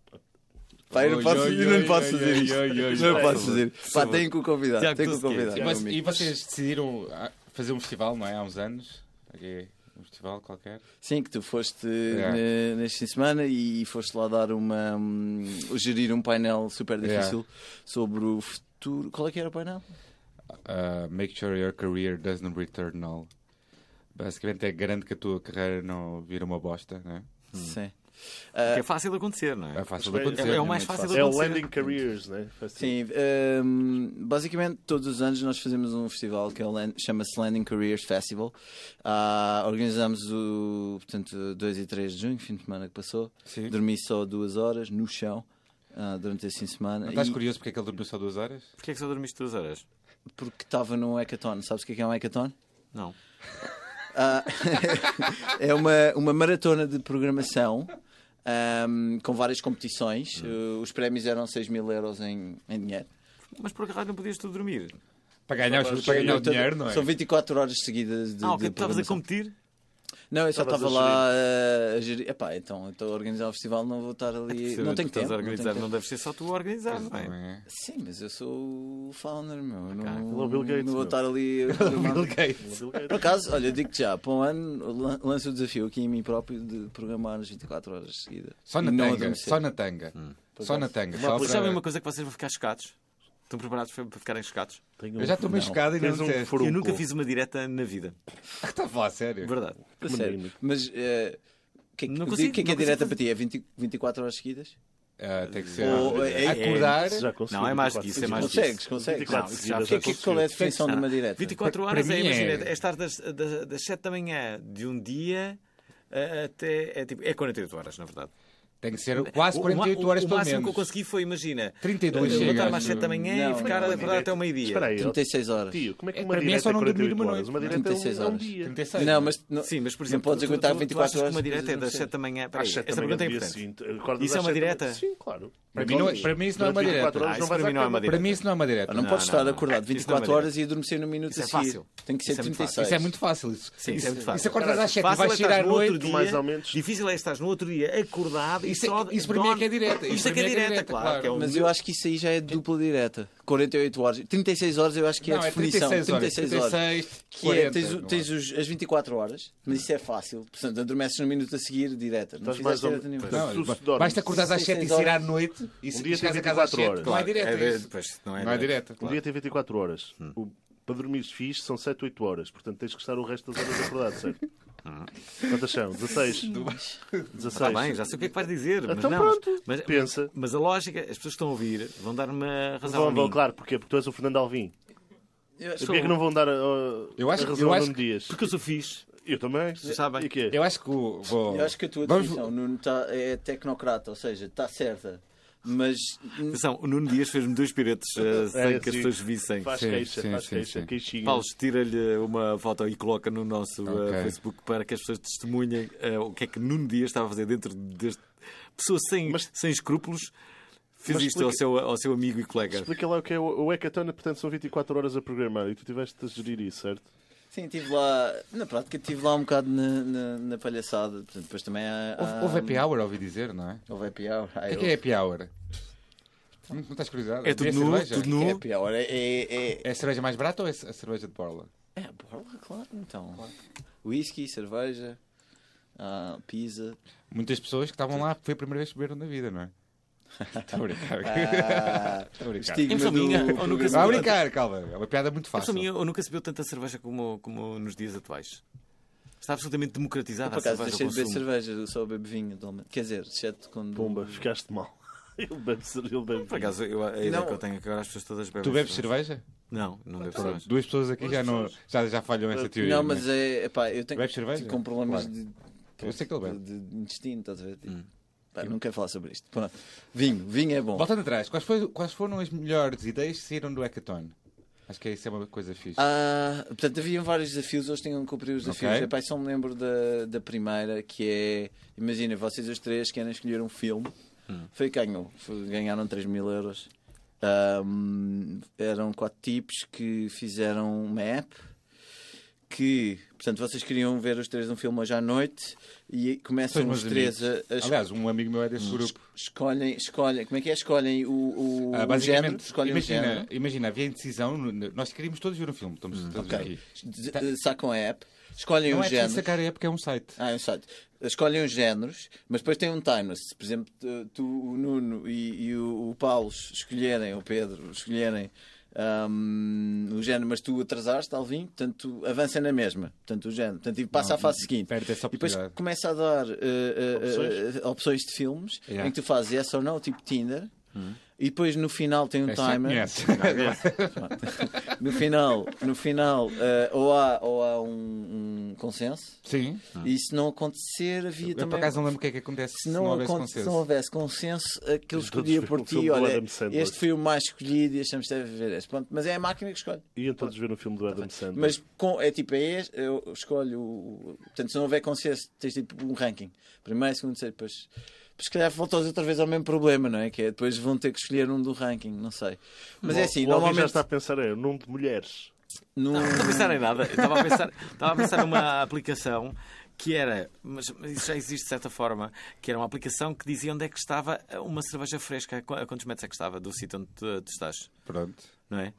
S9: Pá, eu não posso, eu não posso fazer isto. Não posso fazer. Pá, tenho que o convidar.
S1: Tiago
S9: Tenho que o
S1: Doce, é?
S9: convidar.
S2: E,
S9: meu
S2: vo-
S9: amigo.
S2: e vocês decidiram ah, fazer um festival, não é? Há uns anos. Aqui, um festival qualquer.
S9: Sim, que tu foste
S2: Yeah.
S9: ne- neste fim de semana e foste lá dar uma. hum, gerir um painel super
S2: Yeah.
S9: difícil sobre o futuro. Qual é que era o painel?
S2: Uh, make sure your career doesn't return null. Basicamente é garante que a tua carreira não vira uma bosta, não é?
S9: Sim.
S1: Que é fácil de acontecer, não
S2: É
S1: é?
S2: fácil de
S4: Mas bem,
S2: acontecer.
S1: É o
S2: não
S1: mais
S2: muito
S1: fácil de
S4: É o
S1: acontecer.
S4: Landing Careers, não é?
S9: Sim, hum, basicamente todos os anos nós fazemos um festival que é o Land- chama-se Landing Careers Festival. Ah, organizamos o portanto, 2 e 3 de junho, fim de semana que passou.
S2: Sim.
S9: Dormi só duas horas no chão ah, durante esse fim de semana.
S2: Não estás
S9: E-
S2: curioso porque é que ele dormiu só duas horas?
S1: Porquê é que só dormiste duas horas?
S9: Porque estava num hackathon. Sabes o que é que é um hackathon?
S1: Não.
S9: Ah, É uma, uma maratona de programação ahm, com várias competições. Uh, os prémios eram 6 mil euros em, em dinheiro.
S1: Mas por acaso não podias tu dormir?
S2: Para ganhar, para ganhar o
S9: Portanto,
S2: dinheiro, não é?
S9: Então, São 24 horas seguidas de.
S1: Ah, ok,
S9: de
S1: tu estavas a
S9: programação.
S1: competir?
S9: Não, eu só
S4: Estavas
S9: estava
S4: a
S9: lá ah, a gerir. Epá, então eu estou a organizar o festival, não vou estar ali. Não tenho
S1: É Tu estás a
S9: tempo. Não tenho
S1: organizar, não
S9: tempo.
S1: deve ser só tu a organizar, não é?
S2: Não
S9: Sim, mas eu sou o founder, meu. Eu
S1: Cara,
S9: não,
S4: ele é o Bill Gates,
S9: não vou
S4: meu.
S9: estar ali.
S2: é?
S9: Por acaso, olha, digo-te já, para um ano lan- lanço o desafio aqui em mim próprio de programar nas 24 horas seguidas.
S2: Só na
S9: E não
S2: tanga,
S9: adormecer.
S2: só na tanga. Só na tanga. Só
S1: Vocês
S2: para-
S1: sabem é Hum. uma coisa que vocês vão ficar chocados? Estão preparados para para ficarem chocados?
S2: Eu já estou meio chocado e não
S4: Tens um
S2: disseste.
S4: furunco.
S1: Eu
S2: Um
S1: nunca fiz uma direta na vida.
S2: Está a falar sério?
S1: Verdade.
S9: A sério. Mas eh, o que é que,
S1: Não
S9: o
S1: consigo,
S9: que é, que é
S1: não
S9: direta
S1: consigo
S9: para ti? É 20, 24 horas seguidas?
S2: Ah, tem que ser.
S9: Ou é-
S2: acordar.
S4: Já consegui
S1: Não, é mais que
S4: 24
S1: isso, é mais
S9: consegues,
S1: que isso.
S9: consegues.
S4: 24
S1: Não, isso
S4: seguidas,
S1: já
S4: já
S9: Que- que- qual é a
S4: consegui.
S9: definição de uma direta?
S1: 24
S2: Para-
S1: horas
S2: para
S1: é,
S2: mim é-
S1: imagina, é estar das, das, das 7 da manhã de um dia eh, até. É, tipo, é 48 horas, na verdade.
S2: Tem que ser quase
S1: O- o ma-
S2: 48 horas
S1: o, o
S2: pelo
S1: máximo que eu
S2: menos.
S1: consegui foi, imagina,
S2: 32
S1: eh, levantar-me
S2: chega,
S1: às
S2: acho
S1: 7 da manhã
S9: Não,
S1: e ficar
S9: não,
S1: acordado até ao meio-dia.
S4: Espera aí, ó,
S9: 36 horas.
S4: tio, como é que
S2: É,
S4: uma
S2: para mim é
S4: direta
S2: só
S4: é
S2: não dormir
S4: 48
S2: uma
S4: horas?
S2: noite.
S4: Uma direta é
S9: 36
S4: um- é um
S9: horas.
S4: dia.
S2: 36.
S9: Não, mas. Não,
S1: Sim, mas por
S9: não
S1: exemplo,
S9: podes
S1: tu- tu-
S9: aguentar
S1: tu- tu
S9: 24
S1: achas que
S9: horas.
S1: uma direta é
S9: seguidas,
S1: das
S9: não
S1: 7 da manhã. Espera aí,
S4: Às sete
S1: esta
S4: da manhã
S1: pergunta é
S4: do dia
S1: importante.
S4: seguinte, acordas
S1: Isso é
S4: às
S1: uma
S4: sete da manhã.
S1: direta?
S4: Sim, claro. Então,
S2: Para mim não é- para mim isso não é uma
S4: Durante 24
S1: Ah,
S2: direta.
S4: horas não
S1: isso para
S4: vais
S1: mim
S4: à
S1: não é uma
S4: cama.
S1: direta.
S2: Para mim isso não é uma direta.
S9: sei. Não
S1: Não,
S9: podes
S1: não,
S9: estar
S1: não.
S9: acordado
S1: Isso não é
S9: 24
S1: uma
S9: horas e adormecer no minuto
S1: Isso
S9: a
S1: é
S9: seguir.
S1: fácil.
S9: Tem que ser
S1: Isso é muito
S9: 36.
S2: Isso é muito fácil. Isso,
S1: Sim, isso
S2: isso,
S1: é muito fácil.
S2: isso acordas às 7 e
S1: Fácil é
S2: vais
S1: estar
S2: tirar à
S1: no outro
S2: noite.
S1: dia,
S4: mais ou menos.
S1: Difícil é estar no outro dia acordado
S2: Isso,
S1: e só.
S2: é, isso para mim é que é direta.
S1: Isto é
S2: para
S1: que é
S2: mim
S1: direta, claro. que é um-
S9: Mas eu acho que isso aí já é dupla direta. 48 horas. 36 horas eu acho que é
S2: Não,
S9: a
S2: é
S9: definição.
S2: 36 horas. 36,
S9: Que é,
S2: 40.
S9: tens, o-
S2: não é?
S9: tens os, as 24 horas, mas isso é fácil. Portanto, adormeces no minuto a seguir, direta. Não
S4: Estás
S9: fizeste
S4: mais um ou
S9: direta nenhuma.
S4: menos.
S2: Não,
S4: Tu se
S2: ba-
S4: dormes.
S2: basta acordar às 7 e
S9: 36
S2: sair à
S9: horas.
S2: noite e
S4: Um
S2: se
S4: dia
S2: chegares
S4: tem
S2: a casa às
S4: 24
S2: 7.
S4: horas.
S2: Não é direta.
S1: É,
S2: isso.
S1: pois, não é
S2: Não é
S1: direta.
S2: direta.
S4: Um
S2: claro.
S4: dia tem 24 horas.
S1: Hum.
S4: O- Para dormires fixe são 7, 8 horas. Portanto, tens que estar o resto das horas acordado, certo? Quantas são? 16. 16.
S1: Está Hum. bem, já sei o que é que vais dizer. Mas
S4: Então
S1: não,
S4: pronto,
S1: mas, mas-
S4: pensa.
S1: Mas a lógica, as pessoas que estão a ouvir vão dar uma razão. a
S4: Vão,
S1: mim.
S4: vão, claro, porque Porque tu és o Fernando Alvim.
S9: Eu acho
S4: Porquê é que não vão dar a, a-
S2: Eu acho
S4: a
S2: que-
S4: razão
S2: eu
S4: ao
S2: acho
S4: Nuno Dias?
S1: Porque eu sou fixe.
S4: Eu também.
S1: sabem.
S4: E quê?
S2: Eu acho que o. Vou...
S9: Eu acho que a tua
S2: Vamos-
S9: definição Nuno, tá- é tecnocrata, ou seja, está certa. Mas
S1: Atenção, o Nuno Dias fez-me dois piretes eh, sem que as
S4: sim.
S1: pessoas vissem.
S4: Faz
S2: Sim,
S4: queixa,
S2: sim,
S4: faz
S2: sim,
S4: queixa,
S2: sim.
S4: queixinha.
S1: Paulo, tira-lhe eh, uma foto e coloca no nosso eh,
S2: Ok.
S1: Facebook para que as pessoas testemunhem eh, o que é que Nuno Dias estava a fazer dentro deste. Pessoa sem, sem escrúpulos fez
S4: mas
S1: isto ao,
S4: explica-
S1: seu, ao seu amigo e colega.
S4: Explica lá o que é o o Hackathon, portanto são 24 horas a programar e tu tiveste a gerir isso, certo?
S9: sim, estive lá, na prática, estive lá um bocado na, na- na palhaçada. Portanto, depois também há. há-
S1: ah,
S2: Houve happy hour, ouvi dizer, não é?
S9: Houve happy hour.
S2: O
S9: Ah,
S2: que é que é happy hour? Não, não estás curiosidade?
S1: É tudo
S2: Beber
S1: nu,
S2: cerveja?
S1: tudo
S9: eu-
S1: nu.
S9: é happy hour? É, é, é,
S2: É a cerveja mais barata ou é a cerveja de borla?
S9: é a borla, claro, então. Whisky, cerveja, ah, pizza.
S2: Muitas pessoas que estavam lá, foi a primeira vez que beberam na vida, não é? Estou a brincar.
S9: Ah,
S2: Estou a brincar.
S9: estigma
S1: Temos a
S9: do
S1: minha, ou
S9: programa.
S1: nunca se-
S2: Estou a brincar, calma. É uma piada muito
S1: Mas, para
S2: fácil.
S1: mim, eu nunca se bebeu tanta cerveja como, como nos dias atuais. Está absolutamente
S9: Eu,
S1: democratizada
S9: por
S1: a
S9: acaso
S1: cerveja.
S9: deixei
S1: ao
S9: de beber
S1: consumo.
S9: cerveja, eu só bebo vinho atualmente. Quer dizer, exceto quando.
S4: Pumba, ficaste mal. Ele bebe cerveja. Ele bebe
S1: Por
S4: vinho.
S1: acaso, eu, a ideia
S9: Não.
S1: que eu tenho é que agora as pessoas todas bebem.
S2: Tu bebes cerveja?
S1: Não, não bebo
S2: Pronto,
S1: cerveja.
S2: duas pessoas aqui já, não, já, já falham essa teoria.
S9: Não, mas é. Epá, eu tenho
S2: Bebes cerveja?
S9: fico com problemas
S2: Claro.
S9: de,
S2: Eu sei que ele Hum. bebe.
S9: de, de intestino, estás a ver? Tipo, pá, não quero falar sobre isto. Pronto. Vinho, vinho é bom.
S2: Voltando atrás, quais, foi- quais foram as melhores ideias que saíram do Hackathon? Acho que isso é uma coisa fixe.
S9: Ah, portanto, havia vários desafios, hoje tinham que cumprir os desafios.
S2: Ok.
S9: Epá, só me lembro da, da primeira, que é. Imagina, vocês os três querem escolher um filme.
S2: Hum.
S9: Foi quem ganhou. Foi- Ganharam 3 mil euros. Ahm, eram quatro tipos que fizeram uma app. Que, portanto, vocês queriam ver os três um filme hoje à noite e
S2: São
S9: começam
S2: meus
S9: os três eh, a,
S2: amigos.
S9: a escolher.
S2: Aliás, um amigo meu é desse grupo.
S9: Escolhem, escolhem, como é que é? Escolhem o, o,
S2: Ah,
S9: o
S2: basicamente,
S9: género. Escolhem
S2: imagina,
S9: o género. Hum,
S2: imagina, havia indecisão. no- no- Nós queríamos todos ver um filme. Estamos todos
S9: Ok.
S2: aqui.
S9: D- eh, Sacam a app. Escolhem
S2: Não
S9: o
S2: é preciso
S9: género.
S2: sacar a época, é um site.
S9: Ah, é um site. Escolhem os géneros, mas depois tem um timer. Se, por exemplo, tu- tu, o Nuno e, e o, o Paulo escolherem, ou o Pedro, escolherem hum, o género, mas tu atrasaste, Alvin, portanto avança na mesma. Portanto, o género. Portanto, e passa
S2: Não,
S9: à fase seguinte.
S2: perde essa
S9: e depois
S2: oportunidade.
S9: começa a dar eh, eh, eh, opções? de filmes
S2: Yeah. Hum.
S9: em que tu fazes yes ou no, tipo Tinder. E depois no final tem um
S2: Essa
S9: timer. é.
S2: conhece.
S9: No final, no final eh, ou há, ou há um, um consenso,
S2: Sim.
S9: e se não acontecer, havia
S2: Ah. Eu, por
S9: também.
S2: acaso não lembro o que é que acontece
S9: se, não
S2: houvesse
S9: aconte- se
S2: consenso.
S9: não houvesse consenso, aquele
S4: Os todos
S9: escolhia
S4: viram
S9: por
S4: o filme
S9: ti.
S4: do
S9: Olha,
S4: Adam Sandler.
S9: este foi o mais escolhido e achamos que deve ver este. Pronto, mas é a máquina que escolhe.
S4: Iam todos ver o filme do Adam Sandler.
S9: Mas com- é tipo, é este, eu escolho. o- Portanto, se não houver consenso, tens tipo um ranking. Primeiro, segundo, terceiro, depois. Mas se calhar voltou outra vez ao mesmo problema, não é? Que é depois vão ter que escolher um do ranking, não sei. Mas é assim,
S4: o Alvin já
S9: normalmente.
S4: está a pensar, é o nome de mulheres.
S9: num-
S1: Não estou a pensar em nada. Eu Estava a pensar, estava a pensar numa aplicação que era, mas mas isso já existe de certa forma, que era uma aplicação que dizia onde é que estava uma cerveja fresca, a qu- a quantos metros é que estava do sítio onde tu, tu estás,
S2: Pronto.
S1: não é?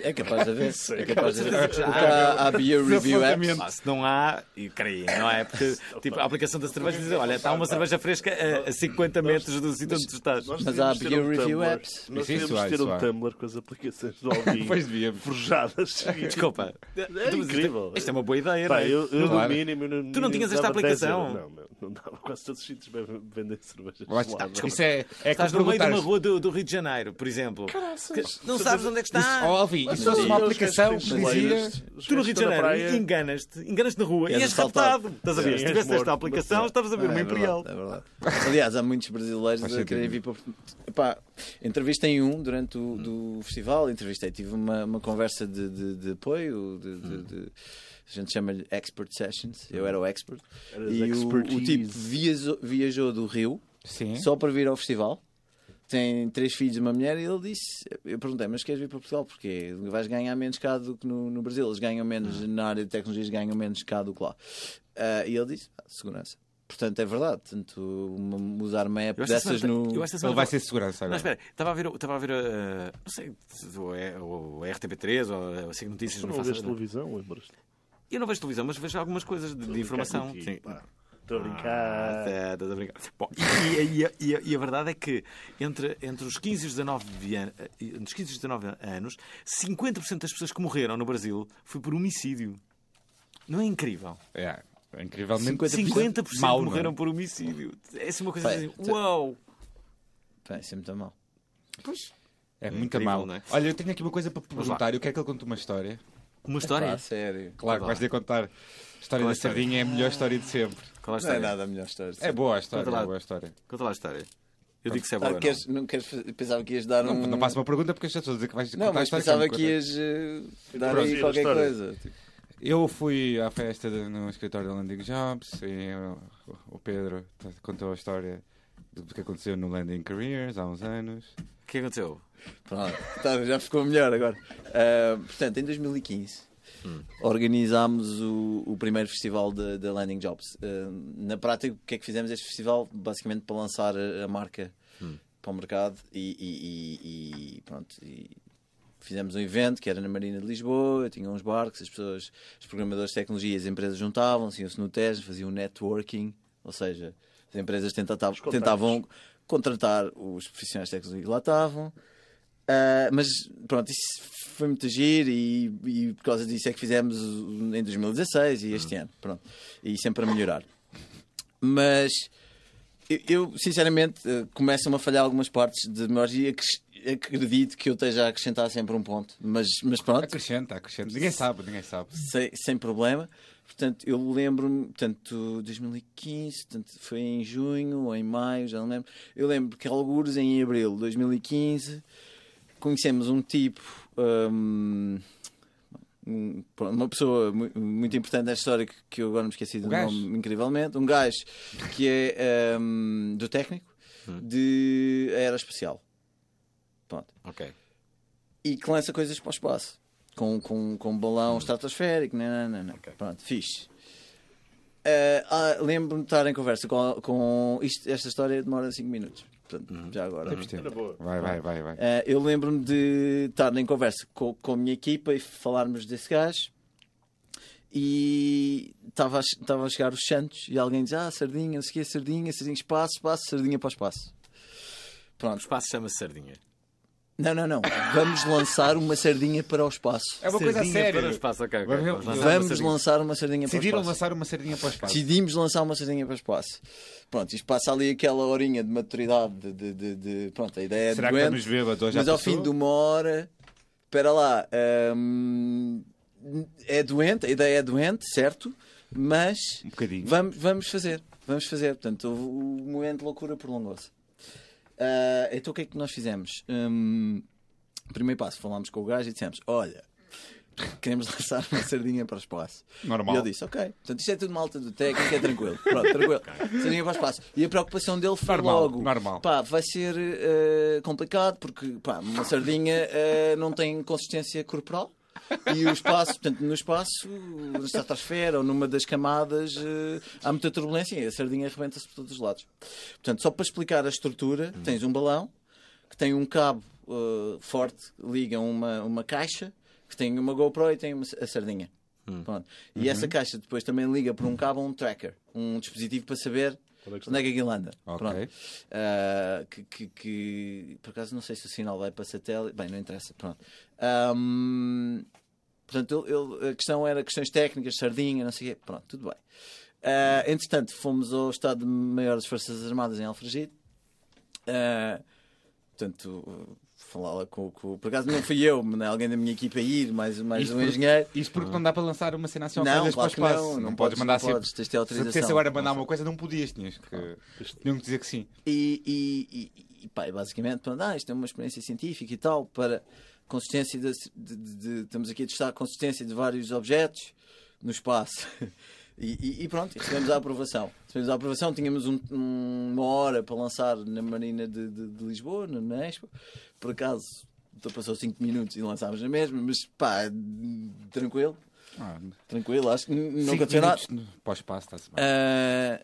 S9: É capaz de haver. É capaz de haver. Porque há, há beer review apps.
S1: Ah, se não há, e creio, não é? Porque tipo, a aplicação da cerveja dizia, olha, está uma cerveja fresca a- a 50 metros do sítio onde tu estás.
S4: Nós
S9: Mas
S4: devíamos
S9: há
S4: ter
S9: beer
S4: um
S9: review
S4: Tumblr.
S9: apps.
S4: Nós
S2: Mas
S4: devíamos
S2: isso há,
S4: ter
S2: isso
S4: um
S2: há.
S4: Tumblr com as aplicações do Alvin
S2: Pois devíamos.
S4: forjadas.
S1: Desculpa. Então,
S4: É incrível.
S1: Isto é uma boa ideia, não
S4: Pá,
S1: é?
S4: eu,
S2: Claro.
S4: eu no mínimo, eu no
S1: Tu não tinhas
S4: mínimo
S1: esta
S4: dava 10 euros.
S1: aplicação?
S4: Não, meu, não dava. Quase todos os sítios bebem- vendem cerveja.
S2: Eu acho-
S4: gelada.
S2: Isso é, é
S1: Estás
S2: como
S1: no meio de uma
S2: perguntares-
S1: rua do, do Rio de Janeiro, por exemplo. Que não sabes onde é que
S2: Isso-
S1: está.
S2: Oh, Alvin, isso fosse uma
S4: Os gajos
S2: aplicação
S4: têm
S2: que dizia.
S4: geleiras, os
S1: Tu no
S4: gajos
S1: Rio de
S4: estão na
S1: Janeiro
S4: praia.
S1: enganas-te, enganas-te na rua e
S9: És
S1: és
S9: assaltado.
S1: raptado. Estás a ver?
S4: Sim,
S1: Se
S4: és
S1: tivesse esta
S4: morto,
S1: aplicação,
S4: mas-
S1: estavas a ver uma
S9: É
S1: Imperial.
S9: verdade, é verdade. Aliás, há muitos brasileiros
S2: Faz
S9: a querem vir
S2: sentido.
S9: para. Epá, entrevistei um durante o do festival, entrevistei, tive uma, uma conversa de, de- de apoio, de- de- de- a gente chama-lhe Expert Sessions, eu era o expert.
S4: Eras
S9: e o, o tipo
S4: expertise.
S9: viajou, viajou do Rio
S2: Sim.
S9: só para vir ao festival. Tem três filhos e uma mulher, e ele disse: Eu perguntei, mas queres vir para Portugal? Porque vais ganhar menos cá do que no, no Brasil. Eles ganham menos na área de tecnologias, ganham menos cá do que lá. Ah, e ele disse: "Ah, Segurança. Portanto, é verdade. Tanto uma- usar uma app
S1: Eu esta
S9: dessas
S1: semana-
S9: no.
S1: eu esta
S2: Ele
S1: semana-
S2: vai ser segurança
S1: Não,
S2: agora.
S1: espera, estava a ver, estava a ver, eh, não sei, o, é- o RTP3 ou a SIC Notícias,
S4: Tu
S1: não
S4: não
S1: faço
S4: vês
S1: ideia.
S4: televisão, lembras-te?
S1: Eu não vejo televisão, mas vejo algumas coisas de, de informação. Sim.
S4: Estou a
S1: Ah,
S4: brincar.
S1: tá, estás a brincar. Bom, e, e- e a- e a- e a verdade é que entre, entre os 15 e os 19, an- eh, entre os 15 e os 19 anos, 50% das pessoas que morreram no Brasil foi por homicídio. Não é incrível?
S2: É, é incrivelmente
S1: 50%
S2: mau, não é?
S1: morreram por homicídio. É assim uma coisa
S9: Pá,
S1: assim,
S9: tá-
S1: uau!
S9: Pá, isso é muito mal.
S2: É muito
S1: incrível,
S2: mal.
S1: não é?
S2: Olha, eu tenho aqui uma coisa para
S1: lá.
S2: perguntar. Eu quero que ele conte uma história.
S1: Uma história?
S9: Pá, sério.
S2: Claro, que vais ter que contar. A história
S1: Qual a
S2: da
S1: história?
S2: sardinha é a melhor história de sempre.
S1: Qual é a
S9: Não é
S1: história?
S9: nada a melhor história.
S2: É boa a história,
S1: Conta lá.
S2: é boa a história.
S1: Conta lá a história. Eu digo se é boa
S9: Ah,
S1: ou não.
S9: queres- não queres fazer- Pensava que ias dar
S2: Não,
S9: um.
S2: não passa uma pergunta porque eu já estou a dizer que vais
S9: Não,
S2: contar a
S9: mas
S2: história.
S9: pensava
S2: me
S9: que
S2: contas.
S9: ias eh, dar
S4: Pronto, sim,
S9: aí
S4: a
S9: qualquer
S4: história.
S9: coisa. Tipo,
S2: Eu fui à festa de- no escritório da Landing Jobs e o- o Pedro t- contou a história do que aconteceu no Landing Careers há uns anos.
S1: O que aconteceu?
S9: Pronto, tá, já ficou melhor agora. Ah, portanto, em 2015 organizámos o, o primeiro festival da da Landing Jobs. Ah, na prática, o que é que fizemos este festival? Basicamente para lançar a, a marca para o mercado e, e- e- e pronto. e fizemos um evento que era na Marina de Lisboa, tinha uns barcos, as pessoas, os programadores de tecnologia, e as empresas juntavam-se, iam-se no teste, faziam um networking, ou seja, as empresas tentata-
S4: contactos.
S9: tentavam contratar os profissionais de tecnologia que lá estavam. Ah, mas pronto, isso foi muito giro e, e por causa disso é que fizemos em 2016 e este ano, pronto, e sempre a melhorar. Mas eu, eu, sinceramente, eh, começam a falhar algumas partes de memórias e acres- acredito que eu esteja a acrescentar sempre um ponto. Mas, mas pronto,
S2: Acrescenta, acrescenta. Ninguém sabe, ninguém sabe.
S9: sem, sem problema. Portanto, eu lembro-me, portanto, 2015, portanto, foi em junho ou em maio, já não lembro. Eu lembro que, alguns em abril de 2015, conhecemos um tipo, hum, um- pronto, uma pessoa mu- muito importante nesta história que, que eu agora me esqueci do
S2: gajo?
S9: nome, incrivelmente. Um gajo que é hum, do técnico de aeroespacial. Pronto
S1: Ok.
S9: e que lança coisas para o espaço. Com, com, com um balão estratosférico, né, não, não, não, não. Pronto, fixe. Eh, ah, Lembro-me de estar em conversa com. com isto- esta história demora 5 minutos. Portanto, já agora.
S2: Temos tempo. Vai, vai, vai,
S1: É
S2: vai.
S9: Eh, eu lembro-me de estar em conversa co- com, a minha equipa e falarmos desse gajo. E estava a, che- estava a chegar os Santos e alguém diz: Ah, sardinha, não sei o quê, sardinha, sardinha, espaço, espaço, sardinha para o espaço.
S1: O
S9: Pronto.
S1: espaço chama-se Sardinha.
S9: Não, não, não. Vamos lançar uma sardinha para o espaço.
S2: É uma coisa
S1: Sardinha
S2: séria.
S1: Para o espaço. ok, ok.
S2: Vamos-
S1: Vamos lançar uma
S9: Vamos
S1: sardinha.
S9: lançar uma sardinha para o
S2: Decidiram
S9: espaço.
S2: lançar uma sardinha para o espaço.
S9: Decidimos lançar uma sardinha para o espaço. Pronto, isto passa ali aquela horinha de maturidade, de, de- de- de- pronto, a ideia é
S2: Será que
S9: doente,
S2: estamos bêbados hoje?
S9: mas
S2: Já
S9: ao
S2: passou?
S9: fim de uma hora, espera lá, hum, é doente, a ideia é doente, certo? Mas
S2: Um bocadinho.
S9: vamos, vamos fazer, vamos fazer. Portanto, houve- o momento de loucura prolongou-se. Ah, então o que é que nós fizemos? Hum, primeiro passo, falámos com o gajo e dissemos: Olha, queremos lançar uma sardinha para o espaço.
S2: Normal.
S9: E ele disse, ok. Portanto, isto é tudo malta do técnico, é tranquilo. Pronto, tranquilo. Sardinha para o espaço. E a preocupação dele foi
S2: Normal,
S9: logo.
S2: normal.
S9: Pá, vai ser eh, complicado porque pá, uma sardinha eh, não tem consistência corporal. E o espaço, portanto, no espaço, na estratosfera ou numa das camadas, eh, há muita turbulência e a sardinha arrebenta-se por todos os lados. Portanto, só para explicar a estrutura,
S2: Hum.
S9: tens um balão que tem um cabo eh, forte, liga uma, uma caixa, que tem uma GoPro e tem uma, a sardinha. Pronto. E essa caixa depois também liga por um cabo a um tracker, um dispositivo para saber onde é que aquilo anda.
S2: Ok.
S9: Pronto. Ah, que, que- que- por acaso não sei se o sinal vai para satélite. Bem, não interessa. Pronto. Ahm, portanto, ele- ele- a questão era questões técnicas, sardinha, não sei o quê. Pronto, tudo bem. Ah, entretanto, fomos ao Estado Maior das Forças Armadas em Alfragide. Ah, portanto, uh, falar lá com, com. Por acaso não fui eu, mas alguém da minha equipa a ir, mais, mais
S2: Isto
S9: um
S2: por-
S9: engenheiro.
S2: Isto porque não dá para lançar uma cena assim ao
S9: Não,
S2: calhas
S9: claro
S2: para o
S9: que
S2: espaço.
S9: não. Não
S2: podes
S9: podes,
S2: mandar assim
S9: não podes, tens de ter
S2: Se
S9: autorização.
S2: agora mandar uma coisa, não podias, tinhas que. Tinham que dizer que sim.
S9: E, e, e, e pá, e basicamente, pronto, ah, isto é uma experiência científica e tal, para consistência de, de- de- de- estamos aqui a testar a consistência de vários objetos no espaço. E, e- e pronto, e recebemos a aprovação. Recebemos a aprovação, tínhamos um- um- uma hora para lançar na Marina de, de- de Lisboa, na, na Expo. Por acaso, passou 5 minutos e lançámos na mesma, mas pá, tranquilo,
S2: Ah,
S9: tranquilo, acho que n- não
S2: cinco
S9: aconteceu nada.
S2: minutos no- Para o espaço, está-se bem.
S9: Ah,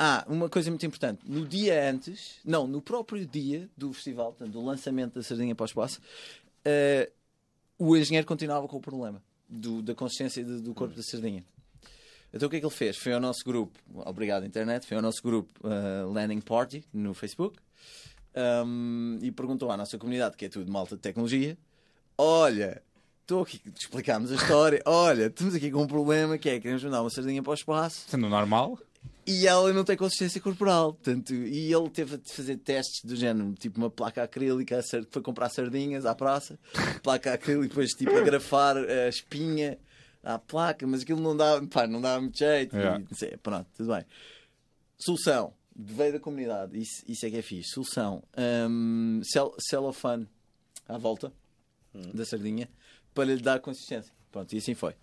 S9: ah, uma coisa muito importante. No dia antes, não, no próprio dia do festival, portanto, do lançamento da Sardinha para o Espaço, ah, o engenheiro continuava com o problema do- da consistência de- do corpo da sardinha. Então o que é que ele fez? Foi ao nosso grupo, obrigado internet, foi ao nosso grupo ah, Landing Party no Facebook ahm, e perguntou à nossa comunidade, que é tudo malta de tecnologia, olha, estou aqui, explicámos a história, olha, estamos aqui com um problema que é que queremos mandar uma sardinha para o espaço
S2: Sendo normal,
S9: e ela não tem consistência corporal. Portanto, e ele teve de fazer testes do género, tipo uma placa acrílica, a sar- foi comprar sardinhas à praça, placa acrílica, depois tipo a grafar a espinha à placa, mas aquilo não dá, pá, não dá muito jeito.
S2: Yeah.
S9: E, não sei, pronto, tudo bem. Solução, veio da comunidade, isso, isso é que é fixe. Solução, hum, cel- celofane à volta da sardinha para lhe dar consistência. Pronto, e assim foi.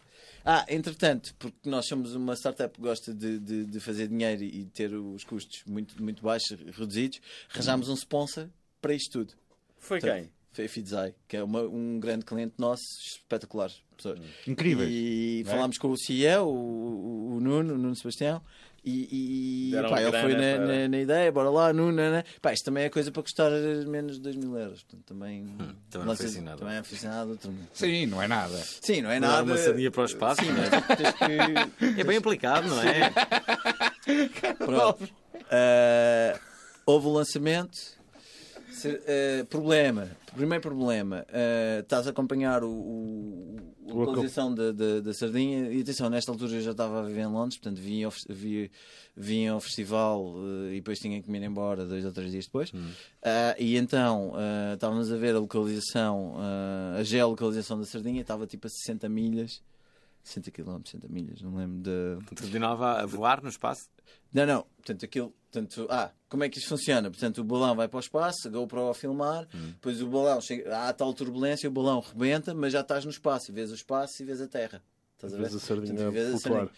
S9: Ah, entretanto, porque nós somos uma startup que gosta de, de- de fazer dinheiro e ter os custos muito, muito baixos, reduzidos, arranjámos um sponsor para isto tudo.
S1: Foi
S9: Portanto, Foi a Fidzai, que é uma- um grande cliente nosso, espetacular. Pessoas.
S2: incríveis.
S9: E
S2: não é?
S9: falámos com o CEO, o, o- o Nuno, o Nuno Sebastião, e, e
S1: Deram
S9: pá,
S1: uma
S9: ele
S1: grana
S9: foi na,
S1: para-
S9: na- na ideia, bora lá, Nuno, né, né. Pá, isto também é coisa para custar menos de 2 mil euros. Portanto, também,
S1: também não foi assim nada.
S9: Também é aficionado. Outro... mundo.
S2: Sim, não é nada.
S9: Sim, não é
S1: Mandar
S9: nada.
S1: uma sardinha para o espaço,
S9: Sim,
S1: não é?
S9: mas tens que.
S1: É bem aplicado, não é?
S9: Pronto. Ah, houve o Eh, um lançamento. Se- eh, problema. Primeiro problema. eh, estás a acompanhar o, o- o- a
S3: acom-
S9: localização da, da, da sardinha. E atenção, nesta altura eu já estava a viver em Londres, portanto vim ao, fes- vi- vim ao festival eh, e depois tinha que me ir embora dois ou três dias depois. Ah, e então eh, estávamos a ver a localização, eh, a geolocalização da sardinha. Estava tipo a 60 milhas. 60 km, 60 milhas, não me lembro de.
S1: Continuava a voar no espaço.
S9: Não, não. Portanto, aquilo. Portanto, ah, como é que isto funciona? Portanto, o balão vai para o espaço, a GoPro a filmar,
S3: Hum.
S9: depois o balão chega. Há tal turbulência, o balão rebenta, mas já estás no espaço. E vês o espaço e vês a terra. Estás a ver?
S3: Vês a sardinha
S9: Portanto, vês a
S3: flutuar.
S9: sardinha.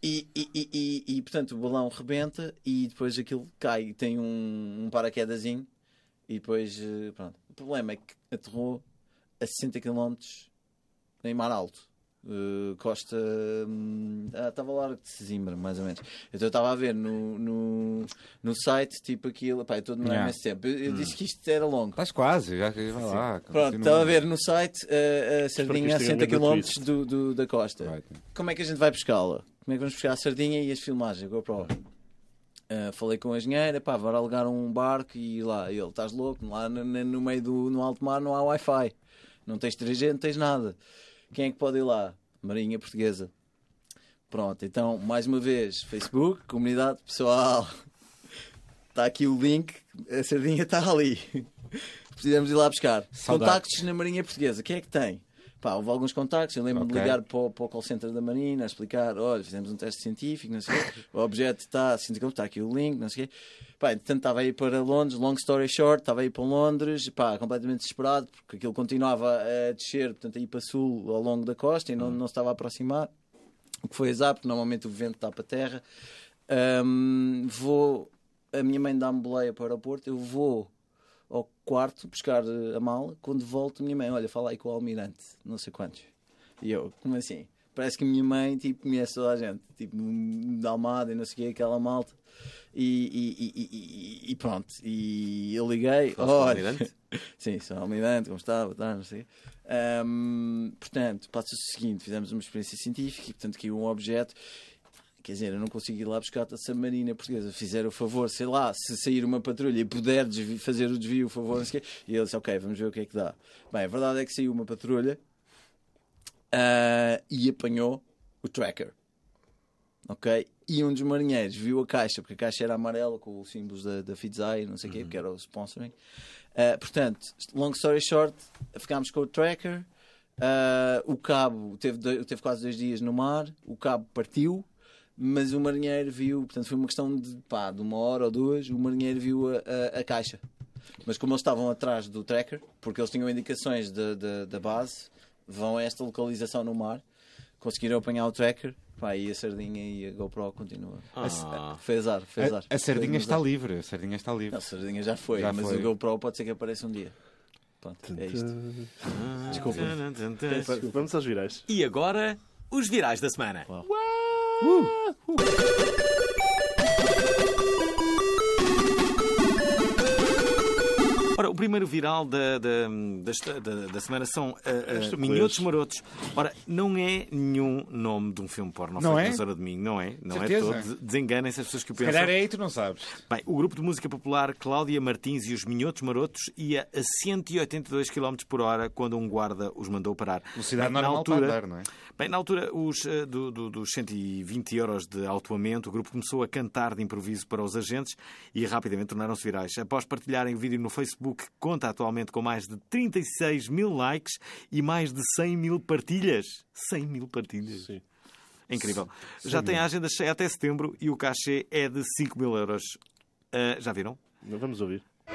S9: E, e, e, e- e, portanto, o balão rebenta e depois aquilo cai. Tem um, um paraquedazinho e depois. eh, Pronto. O problema é que aterrou a 60 km em mar alto. Eh, costa. hum, ah, Estava largo de Sesimbra, mais ou menos. Então eu estava a ver no, no, no site, tipo aquilo. Pá, eu estou a demorar
S2: Yeah.
S9: imenso tempo. Eu, eu disse que isto era longo.
S2: Estás quase, já vai lá.
S9: Pronto,
S2: continua.
S9: estava a ver no site eh, a sardinha
S4: isto
S9: a
S4: tenha
S9: 60
S4: grande
S9: km
S4: twist.
S9: do, do- da costa
S2: Vai, tem.
S9: como é que a gente vai pescá-la? Como é que vamos pescar a sardinha e as filmagens? GoPro. Ah, falei com a engenheira, pá, bora alugar um barco e ir lá. E Ele, estás louco? Lá no, no- no meio do no alto mar não há Wi-Fi. Não tens 3G, não tens nada. Quem é que pode ir lá? Marinha Portuguesa. Pronto, então, mais uma vez, Facebook, comunidade pessoal. Está aqui o link, a sardinha está ali. Precisamos ir lá buscar.
S2: Saudades.
S9: Contactos na Marinha Portuguesa, quem é que tem? Pá, houve alguns contactos, eu lembro
S2: Ok.
S9: de ligar para o, para o call center da Marina a explicar: olha, fizemos um teste científico, não sei o quê, o objeto está, assim, está aqui o link, não sei o quê. Pá, entretanto estava aí para Londres, long story short, estava aí para Londres, pá, completamente desesperado, porque aquilo continuava a descer, portanto, aí para sul, ao longo da costa, e não, não se estava a aproximar, o que foi exato, porque normalmente o vento tapa a terra. Ahm, vou, a minha mãe dá-me boleia para o aeroporto, eu vou ao quarto buscar eh, a mala. Quando volto, minha mãe, olha, fala aí com o almirante, não sei quantos. E eu, como assim? Parece que a minha mãe tipo, conhece toda a gente, tipo, hum, da Almada e não sei o quê, aquela malta. E, e- e- e- e- e pronto, e eu liguei.
S1: Falaste com o
S9: olha-
S1: almirante?
S9: Sim, sou almirante, como está, boa tarde, não sei. Ahm, portanto, passa o seguinte: fizemos uma experiência científica e, portanto, caiu um objeto. Quer dizer, eu não consegui ir lá buscar a Marina Portuguesa. Fizeram o favor, sei lá, se sair uma patrulha e puder desvi- fazer o desvio, o favor, não sei o quê. E eles, ok, vamos ver o que é que dá. Bem, a verdade é que saiu uma patrulha ah, e apanhou o tracker. Ok? E um dos marinheiros viu a caixa, porque a caixa era amarela com os símbolos da, da Fidesai e não sei o quê, porque era o sponsoring. Uh, portanto, long story short, ficámos com o tracker. uh, o cabo teve, doi- teve quase dois dias no mar, o cabo partiu, mas o marinheiro viu, portanto, foi uma questão de, pá, de uma hora ou duas, o marinheiro viu a, a- a caixa. Mas como eles estavam atrás do tracker, porque eles tinham indicações da- da- da base, vão a esta localização no mar, conseguiram apanhar o tracker, pá, e a sardinha e a GoPro continua.
S2: Ah,
S1: Ah.
S9: Foi azar, foi azar.
S2: A, a
S9: Foi
S2: sardinha está
S9: azar.
S2: livre, a sardinha está livre.
S9: Não, a sardinha já foi,
S2: Já
S9: mas
S2: foi.
S9: o GoPro pode ser que apareça um dia. Pronto, é isto. Desculpa.
S4: Vamos aos virais.
S1: E agora, os virais da semana. Uh! Ora, o primeiro viral da, da, desta- da- da semana são ah, ah, Minhotos Marotos. Ora, não é nenhum nome de um filme porno
S2: Não
S1: feito
S2: é?
S1: na zona de mim, não é? Não
S2: Certeza?
S1: é todo. Desenganem-se as pessoas que o
S2: Se
S1: pensam.
S2: calhar é aí, tu não sabes.
S1: Bem, o grupo de música popular Cláudia Martins e os Minhotos Marotos ia a 182 km por hora quando um guarda os mandou parar.
S2: Velocidade
S1: Bem, na
S2: normal
S1: altura,
S2: para andar, não é?
S1: Bem, na altura, os, eh, do- do- dos 120 euros de autuamento, o grupo começou a cantar de improviso para os agentes e rapidamente tornaram-se virais. Após partilharem o vídeo no Facebook, que conta atualmente com mais de 36 mil likes e mais de 100 mil partilhas. 100 mil partilhas.
S4: Sim.
S1: É Incrível. Já tem a agenda cheia até setembro e o cachê é de 5 mil euros. Ah, já viram?
S4: Vamos ouvir.
S7: Bom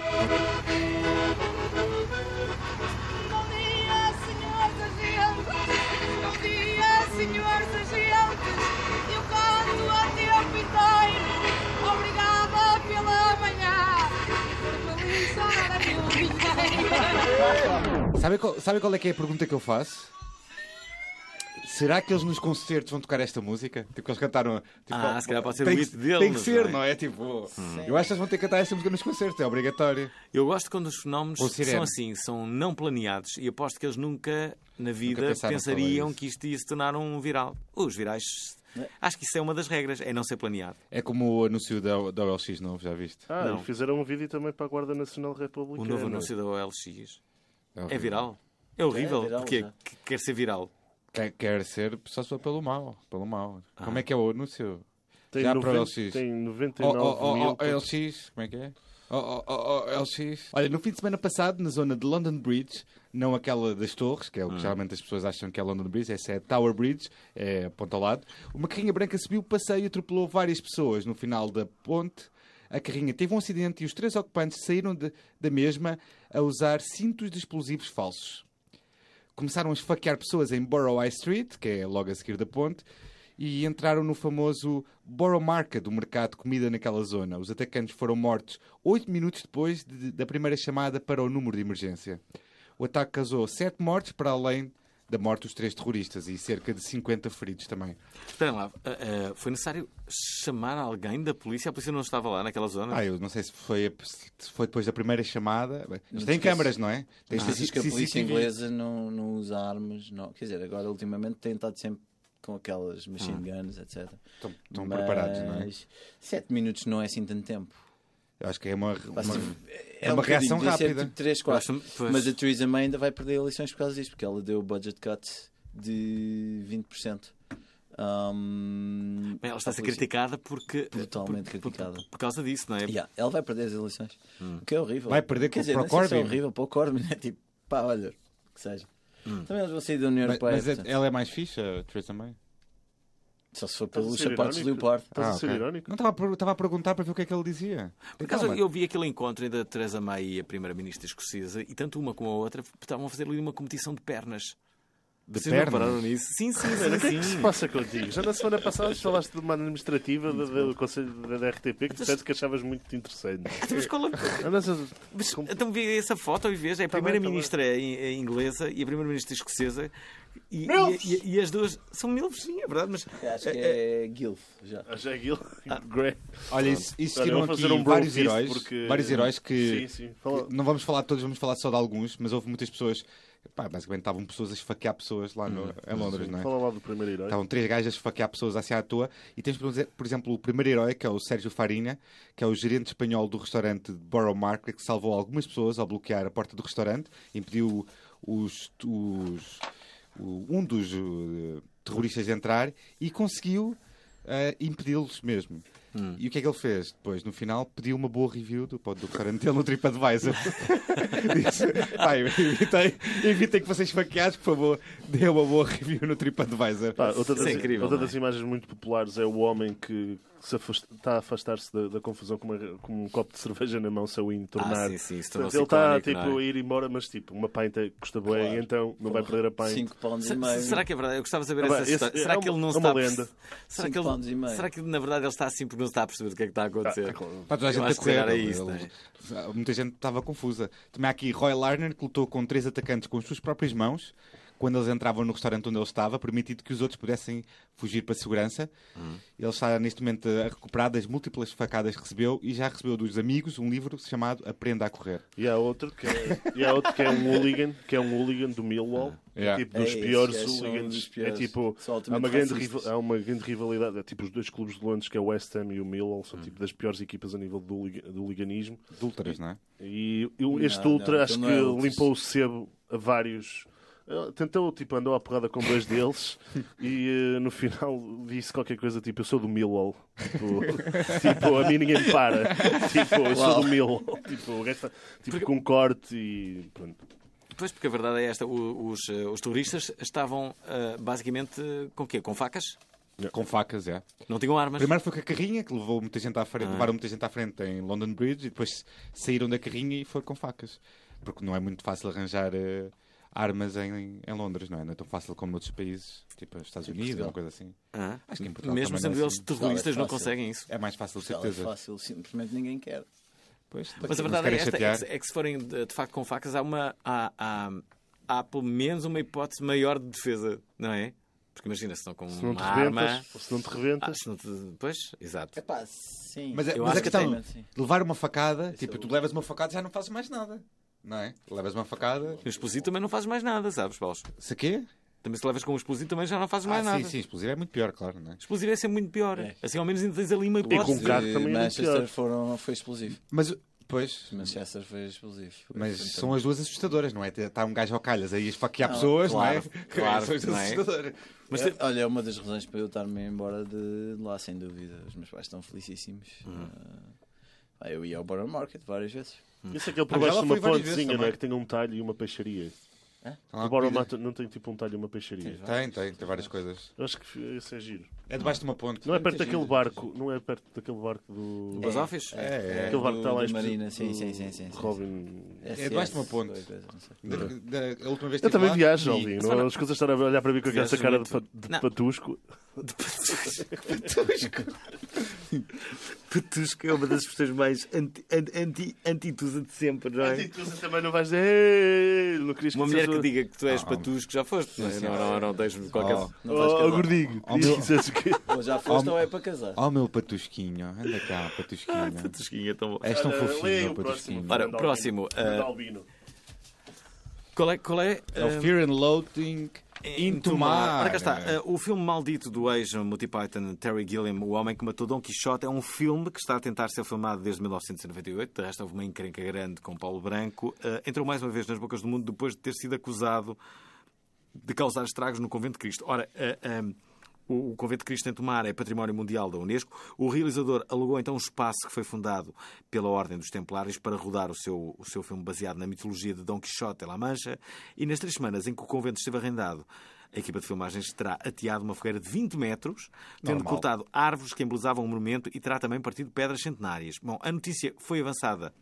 S7: dia, senhores agentes! Bom dia, senhores agentes! Eu canto a teu piteiro! Obrigada pela manhã! Feliz a meu piteiro!
S2: Sabe qual, sabe qual é que é a pergunta que eu faço? Se será que eles nos concertos vão tocar esta música? Tipo, que eles cantaram. Tipo,
S1: Ah, se calhar pode ser
S2: tem
S1: o
S2: que-
S1: hit deles,
S2: Tem que ser,
S1: não é?
S2: não é? Tipo, eu acho que eles vão ter que cantar esta música nos concertos, é obrigatório.
S1: Eu gosto quando os fenómenos
S2: Ou
S1: são
S2: sirene.
S1: assim, são não planeados e aposto que eles nunca na vida
S2: Nunca pensaram falar
S1: pensariam
S2: isso.
S1: que isto ia se tornar um viral. Os virais, acho que isso é uma das regras, é não ser planeado.
S2: É como o anúncio da, da OLX novo, já viste?
S4: Ah,
S1: Não.
S4: e fizeram um vídeo também para a Guarda Nacional
S1: O
S4: Republicana.
S1: novo anúncio da OLX é
S2: horrível.
S1: viral. É horrível,
S9: É viral,
S1: porque
S9: já.
S1: que- quer ser viral.
S2: Quer, quer ser só só pelo mal. Pelo mal.
S1: Ah.
S2: Como é que é o anúncio?
S4: Tem,
S2: Já
S4: 90,
S2: para o LX.
S4: tem
S2: Oh,
S4: 99
S2: oh, oh,
S4: mil.
S2: oh, LX, como é que é? Oh, oh, oh, oh, LX. Olha, no fim de semana passado, na zona de London Bridge, não aquela das torres, que é o que geralmente as pessoas acham que é London Bridge, essa é Tower Bridge, é a ponta ao lado, uma carrinha branca subiu, passeio e atropelou várias pessoas no final da ponte. A carrinha teve um acidente e os três ocupantes saíram de- da mesma a usar cintos de explosivos falsos começaram a esfaquear pessoas em Borough High Street, que é logo a seguir da ponte, e entraram no famoso Borough Market, do mercado de comida naquela zona. Os atacantes foram mortos oito minutos depois de- da primeira chamada para o número de emergência. O ataque causou sete mortes, para além da morte dos três terroristas, e cerca de 50 feridos também.
S1: Esperem lá, ah, ah, foi necessário chamar alguém da polícia? A polícia não estava lá naquela zona?
S2: Ah, eu não sei se foi, a- se foi depois da primeira chamada. Mas tem câmaras, não é? Tem
S9: Mas achas que a polícia
S2: CCTV.
S9: inglesa não, não usa armas? Não. Quer dizer, agora ultimamente tem estado sempre com aquelas machine guns, etc.
S2: Estão- estão Ah. preparados, não é?
S9: Mas sete minutos não é assim tanto tempo.
S2: Eu acho que é uma, uma-
S9: Assim,
S2: é uma
S9: um
S2: reação
S9: bocadinho, devia ser
S2: rápida.
S9: Tipo 3, 4.
S1: Acho- pois.
S9: Mas a Theresa May ainda vai perder eleições por causa disto, porque ela deu o budget cut de 20%. Um,
S1: Bem, ela está a ser
S9: à polícia.
S1: criticada porque.
S9: Brutalmente
S1: por, por-
S9: criticada.
S1: por causa disso, não é?
S9: Yeah, ela vai perder as eleições.
S4: Hum.
S9: O que é horrível.
S2: Vai perder
S9: Quer
S2: com-
S9: dizer,
S2: para o
S9: não sei se é
S2: Corbyn.
S9: horrível para o Corbyn. É tipo, pá, olha, que seja.
S4: Hum.
S9: Também eles vão sair da União
S2: Mas,
S9: Europeia.
S2: mas é-
S9: portanto,
S2: ela é mais fixa, a Theresa May?
S9: Só se for
S4: Estás a
S9: pelos
S4: ser
S9: sapatos de
S4: irónico?
S9: leopardo.
S4: Estás a ser
S2: Ah, ok.
S4: irónico?
S2: Não estava a per- estava a perguntar para ver o que é que ele dizia.
S1: Por acaso,
S2: Calma.
S1: eu vi aquele encontro entre a Teresa May e a Primeira-Ministra escocesa e tanto uma como a outra estavam a fazer ali uma competição de pernas.
S2: De
S1: Vocês não
S2: pernas?
S1: pararam nisso? Sim, sim,
S4: Mano, o que é
S1: sim.
S4: que se
S1: sim.
S4: passa contigo? Já na semana passada falaste de uma administrativa da- do Conselho da da RTP que disseste que achavas muito interessante.
S1: Mas qual é-
S4: Andas a...
S1: Mas,
S4: com-
S1: então vi essa foto e vês, é a
S4: Tá bem,
S1: primeira-ministra in- eh, inglesa e a primeira-ministra escocesa e, e- e- e as duas são milfes, sim, é verdade, mas
S9: Acho que é Guilf já.
S4: Ah, já é Gil. Grey.
S2: Olha, isso, isso
S4: Olha,
S2: tiram
S4: vou
S2: aqui
S4: fazer um bro
S2: vários,
S4: fist
S2: heróis,
S4: porque-
S2: vários heróis que.
S4: Sim, sim. Fala-
S2: que Não vamos falar de todos, vamos falar só de alguns, mas houve muitas pessoas. Pá, basicamente estavam pessoas a esfaquear pessoas lá
S4: Hum.
S2: no, em Londres, não é?
S4: Fala lá do primeiro herói.
S2: Estavam três gajas a esfaquear pessoas assim à toa. E tens, por exe- por exemplo, o primeiro herói, que é o Sérgio Farinha, que é o gerente espanhol do restaurante de Borough Market, que salvou algumas pessoas ao bloquear a porta do restaurante, impediu os, os- o- um dos eh, terroristas de entrar e conseguiu eh, impedi-los mesmo. E o que é que ele fez? Depois, no final, pediu uma boa review do, do restaurante dele no TripAdvisor. Disse, pai, evitem, evitem que vocês esfaqueados, por favor, dê uma boa review no TripAdvisor.
S4: Pá, outra das,
S1: Isso é incrível,
S4: outra
S1: não é?
S4: das imagens muito populares é o homem que se afast- está a afastar-se da, da confusão com, uma- com um copo de cerveja na mão sem o entornar.
S1: Ah, sim, sim, isso
S4: Portanto,
S1: tornou-se
S4: ele está
S1: icónico, não
S4: tipo,
S1: é?
S4: a ir embora, mas tipo, uma pinta custa bem, então não vai perder a pinta.
S9: 5 pounds e
S1: se-
S9: meio.
S1: será que é verdade? Eu gostava de saber
S4: Ah, pá,
S1: essa
S4: esse
S1: história.
S4: é
S1: Será que
S4: uma-
S1: ele não
S4: é
S1: está
S4: uma
S1: a perce-
S4: lenda.
S1: Será
S9: Cinco
S1: que,
S9: poundos e
S1: ele...
S9: meio.
S1: será que na verdade ele está assim porque não está a perceber o que é que
S4: Ah,
S1: está a acontecer?
S4: tá
S2: Pá, toda a
S1: Eu
S2: gente a
S1: acho que se
S2: correr.
S1: calhar é
S2: ele-
S1: isso,
S2: ele- Muita gente estava confusa. Também há aqui Roy Larner que lutou com três atacantes com as suas próprias mãos quando eles entravam no restaurante onde ele estava, permitindo que os outros pudessem fugir para a segurança.
S1: Hum.
S2: Ele está neste momento a recuperar das múltiplas facadas que recebeu e já recebeu dos amigos um livro chamado Aprenda a Correr.
S4: E há outro que é, e há outro que é um hooligan, que é um hooligan do Millwall,
S1: Ah,
S4: que é
S2: Yeah.
S4: tipo dos
S9: É, esses
S4: piores
S9: gajos são
S4: hooligans.
S9: dos
S4: É
S9: piores.
S4: tipo,
S9: São
S4: há
S9: altamente
S4: uma, grande
S9: racistas.
S4: rival- há uma grande rivalidade. É, tipo, os dois clubes de Londres, que é o West Ham e o Millwall,
S1: Uhum.
S4: são tipo das piores equipas a nível do, hooliga- do hooliganismo.
S2: Adúlteras, não é?
S4: E eu- este
S9: Não,
S4: Ultra
S9: não,
S4: acho
S9: então
S4: que
S9: não é Ultras.
S4: limpou o sebo a vários. Ele Tentou, tipo, andou à porrada com dois deles e eh, no final disse qualquer coisa tipo: Eu sou do Millwall. Tipo, tipo, a mim ninguém me para. Tipo, eu sou
S9: Uau.
S4: do Millwall. Tipo, o gajo está, tipo, com um corte e pronto.
S1: Pois, porque a verdade é esta: o- os, eh, os terroristas estavam ah, basicamente eh, com o quê? Com facas?
S2: Com facas, é.
S1: Não tinham armas.
S2: Primeiro foi com a carrinha, que levou muita gente à
S1: Ah.
S2: frente, levaram muita gente à frente em London Bridge e depois saíram da carrinha e foram com facas. Porque não é muito fácil arranjar eh, armas em, em Londres, não é? Não é tão fácil como noutros países, tipo os Estados Unidos,
S9: Portugal.
S2: uma coisa assim.
S1: Hã?
S2: Acho que em Portugal
S1: Mesmo
S2: também não
S1: sendo
S2: é
S1: eles
S2: assim.
S1: terroristas, não
S9: Portugal é fácil.
S1: conseguem isso.
S2: É mais fácil, de
S9: Ela é
S2: certeza.
S9: fácil, simplesmente ninguém quer.
S2: Pois,
S1: Mas a
S2: não se
S1: verdade é
S2: querem
S1: esta: é
S2: chatear.
S1: que, é que se forem de, de facto com facas, há, uma, há, há, há pelo menos uma hipótese maior de defesa, não é? Porque imagina, se não com
S4: Se não te
S1: uma arma.
S4: reventas, se não te
S1: Ah,
S4: reventas,
S1: se não te... Pois, exato.
S9: Epá, sim.
S2: Mas, é-
S1: Eu
S2: mas
S1: acho
S2: a
S1: que
S2: questão,
S9: tem, sim.
S2: levar uma facada, tipo,
S9: é
S2: tu levas uma facada e já não fazes mais nada. Não é? Levas uma facada.
S1: No Um explosivo também não é fazes mais nada, sabes, Paulo?
S2: Se quê?
S1: Também se levas com um explosivo também já não fazes
S2: Ah,
S1: mais nada.
S2: sim, sim, explosivo é muito pior, claro, não é?
S1: Explosivo é sempre muito pior. Assim ao menos ainda tens ali uma
S4: e com
S1: hipótese.
S4: um carro
S9: Eh,
S4: também é
S9: Manchester
S4: pior.
S9: foram, foi explosivo.
S2: Mas, pois,
S9: Manchester foi explosivo.
S2: mas
S9: Portanto,
S2: são as duas assustadoras, não é? Está um gajo ao calhas aí a esfaquear pessoas,
S1: claro,
S2: não é?
S1: claro,
S2: são as duas
S1: não é?
S2: assustadoras.
S1: Mas
S9: é- Olha, é uma das razões para eu estar-me embora de lá, sem dúvida. Os meus pais estão felicíssimos.
S4: Uhum.
S9: Ah, eu ia ao Borough Market várias vezes.
S4: Isso é aquele por
S2: Ah, já
S4: baixo
S2: lá
S4: de
S2: fui
S4: uma
S2: várias vezes
S4: pontezinha, não
S2: também.
S4: é? Que tem um talho e uma peixaria.
S2: Então,
S4: O
S2: há
S4: Borough
S2: comida.
S4: Mato não tem tipo um talho e uma peixaria.
S2: Tem, tem, tem várias coisas.
S4: Eu acho que isso é giro.
S2: É debaixo de uma ponte.
S4: Não é perto daquele barco, não é perto daquele barco do.
S1: Mas office?
S2: É, é.
S4: Aquele barco que está lá
S9: do
S4: exposto
S9: Marina,
S4: do
S9: sim, sim, sim, sim, sim.
S4: Robin.
S9: SS,
S2: debaixo de uma ponte.
S9: qualquer coisa, não sei.
S2: Da- da- a última vez
S4: Eu
S2: estive
S4: também
S2: lá
S4: viajo,
S2: Tipo, e-
S4: Alvin. Não é as coisas estarem a olhar para mim com aquela
S1: Viajas
S4: cara de,
S1: muito.
S4: pa- de
S1: Não.
S4: patusco.
S1: Petusco é uma das pessoas mais anti- anti- anti- anti-tusa de sempre, não é?
S4: E tu também não vais dizer. "Ei, Não querias
S1: Uma
S4: que
S1: mulher que
S4: dissesse-
S1: diga que tu és patusco já foste. Não, é? não, não, não deixes-me qualquer.
S2: Oh.
S9: Não vais
S4: Oh,
S9: casar.
S4: oh,
S2: Oh,
S4: gordinho, querias
S2: meu-
S4: que dissesse o quê?
S9: Ou já foste ou é para casar.
S2: Oh, meu patusquinho, anda cá,
S4: Ah,
S2: patusquinho.
S1: Patusquinho é tão bom.
S2: És tão
S4: Olha, leia
S2: fofinho,
S4: o próximo.
S2: patusquinho.
S1: Ora, o próximo,
S4: Fernando
S1: ah,
S4: Albino.
S1: Qual é? Qual é?
S2: É
S4: eh,
S2: o Fear and Loathing into Mar.
S1: Ora cá está. Eh, o filme maldito do ex-Monty Python Terry Gilliam, O Homem que Matou Dom Quixote, é um filme que está a tentar ser filmado desde 1998. De resto, houve uma encrenca grande com Paulo Branco. Eh, entrou mais uma vez nas bocas do mundo depois de ter sido acusado de causar estragos no Convento de Cristo. Ora, eh, ehm, o o Convento de Cristo em Tomar é património mundial da Unesco. O realizador alugou então um espaço que foi fundado pela Ordem dos Templários para rodar o seu, o seu filme baseado na mitologia de Dom Quixote e La Mancha. E nas três semanas em que o convento esteve arrendado, a equipa de filmagens terá ateado uma fogueira de 20 metros, tendo
S2: Normal.
S1: cortado árvores que embelezavam o monumento e terá também partido pedras centenárias. Bom, a notícia foi avançada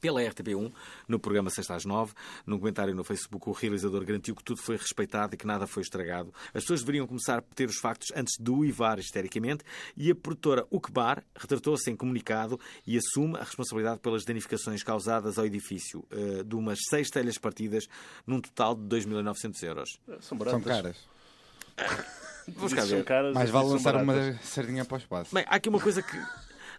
S1: pela RTP1, no programa Sexta às Nove. Num comentário no Facebook, o realizador garantiu que tudo foi respeitado e que nada foi estragado. As pessoas deveriam começar a ter os factos antes de uivar histericamente e a produtora Ukbar retratou-se em comunicado e assume a responsabilidade pelas danificações causadas ao edifício, eh, de umas seis telhas partidas, num total de 2.900 euros.
S4: São
S2: São
S4: baratas.
S2: caras.
S1: Vamos cá
S4: São
S1: ver.
S4: caras,
S2: Mais
S4: mas
S2: vale
S4: são
S2: lançar
S4: baratas.
S2: uma sardinha para o espaço.
S1: Bem, há aqui uma coisa que.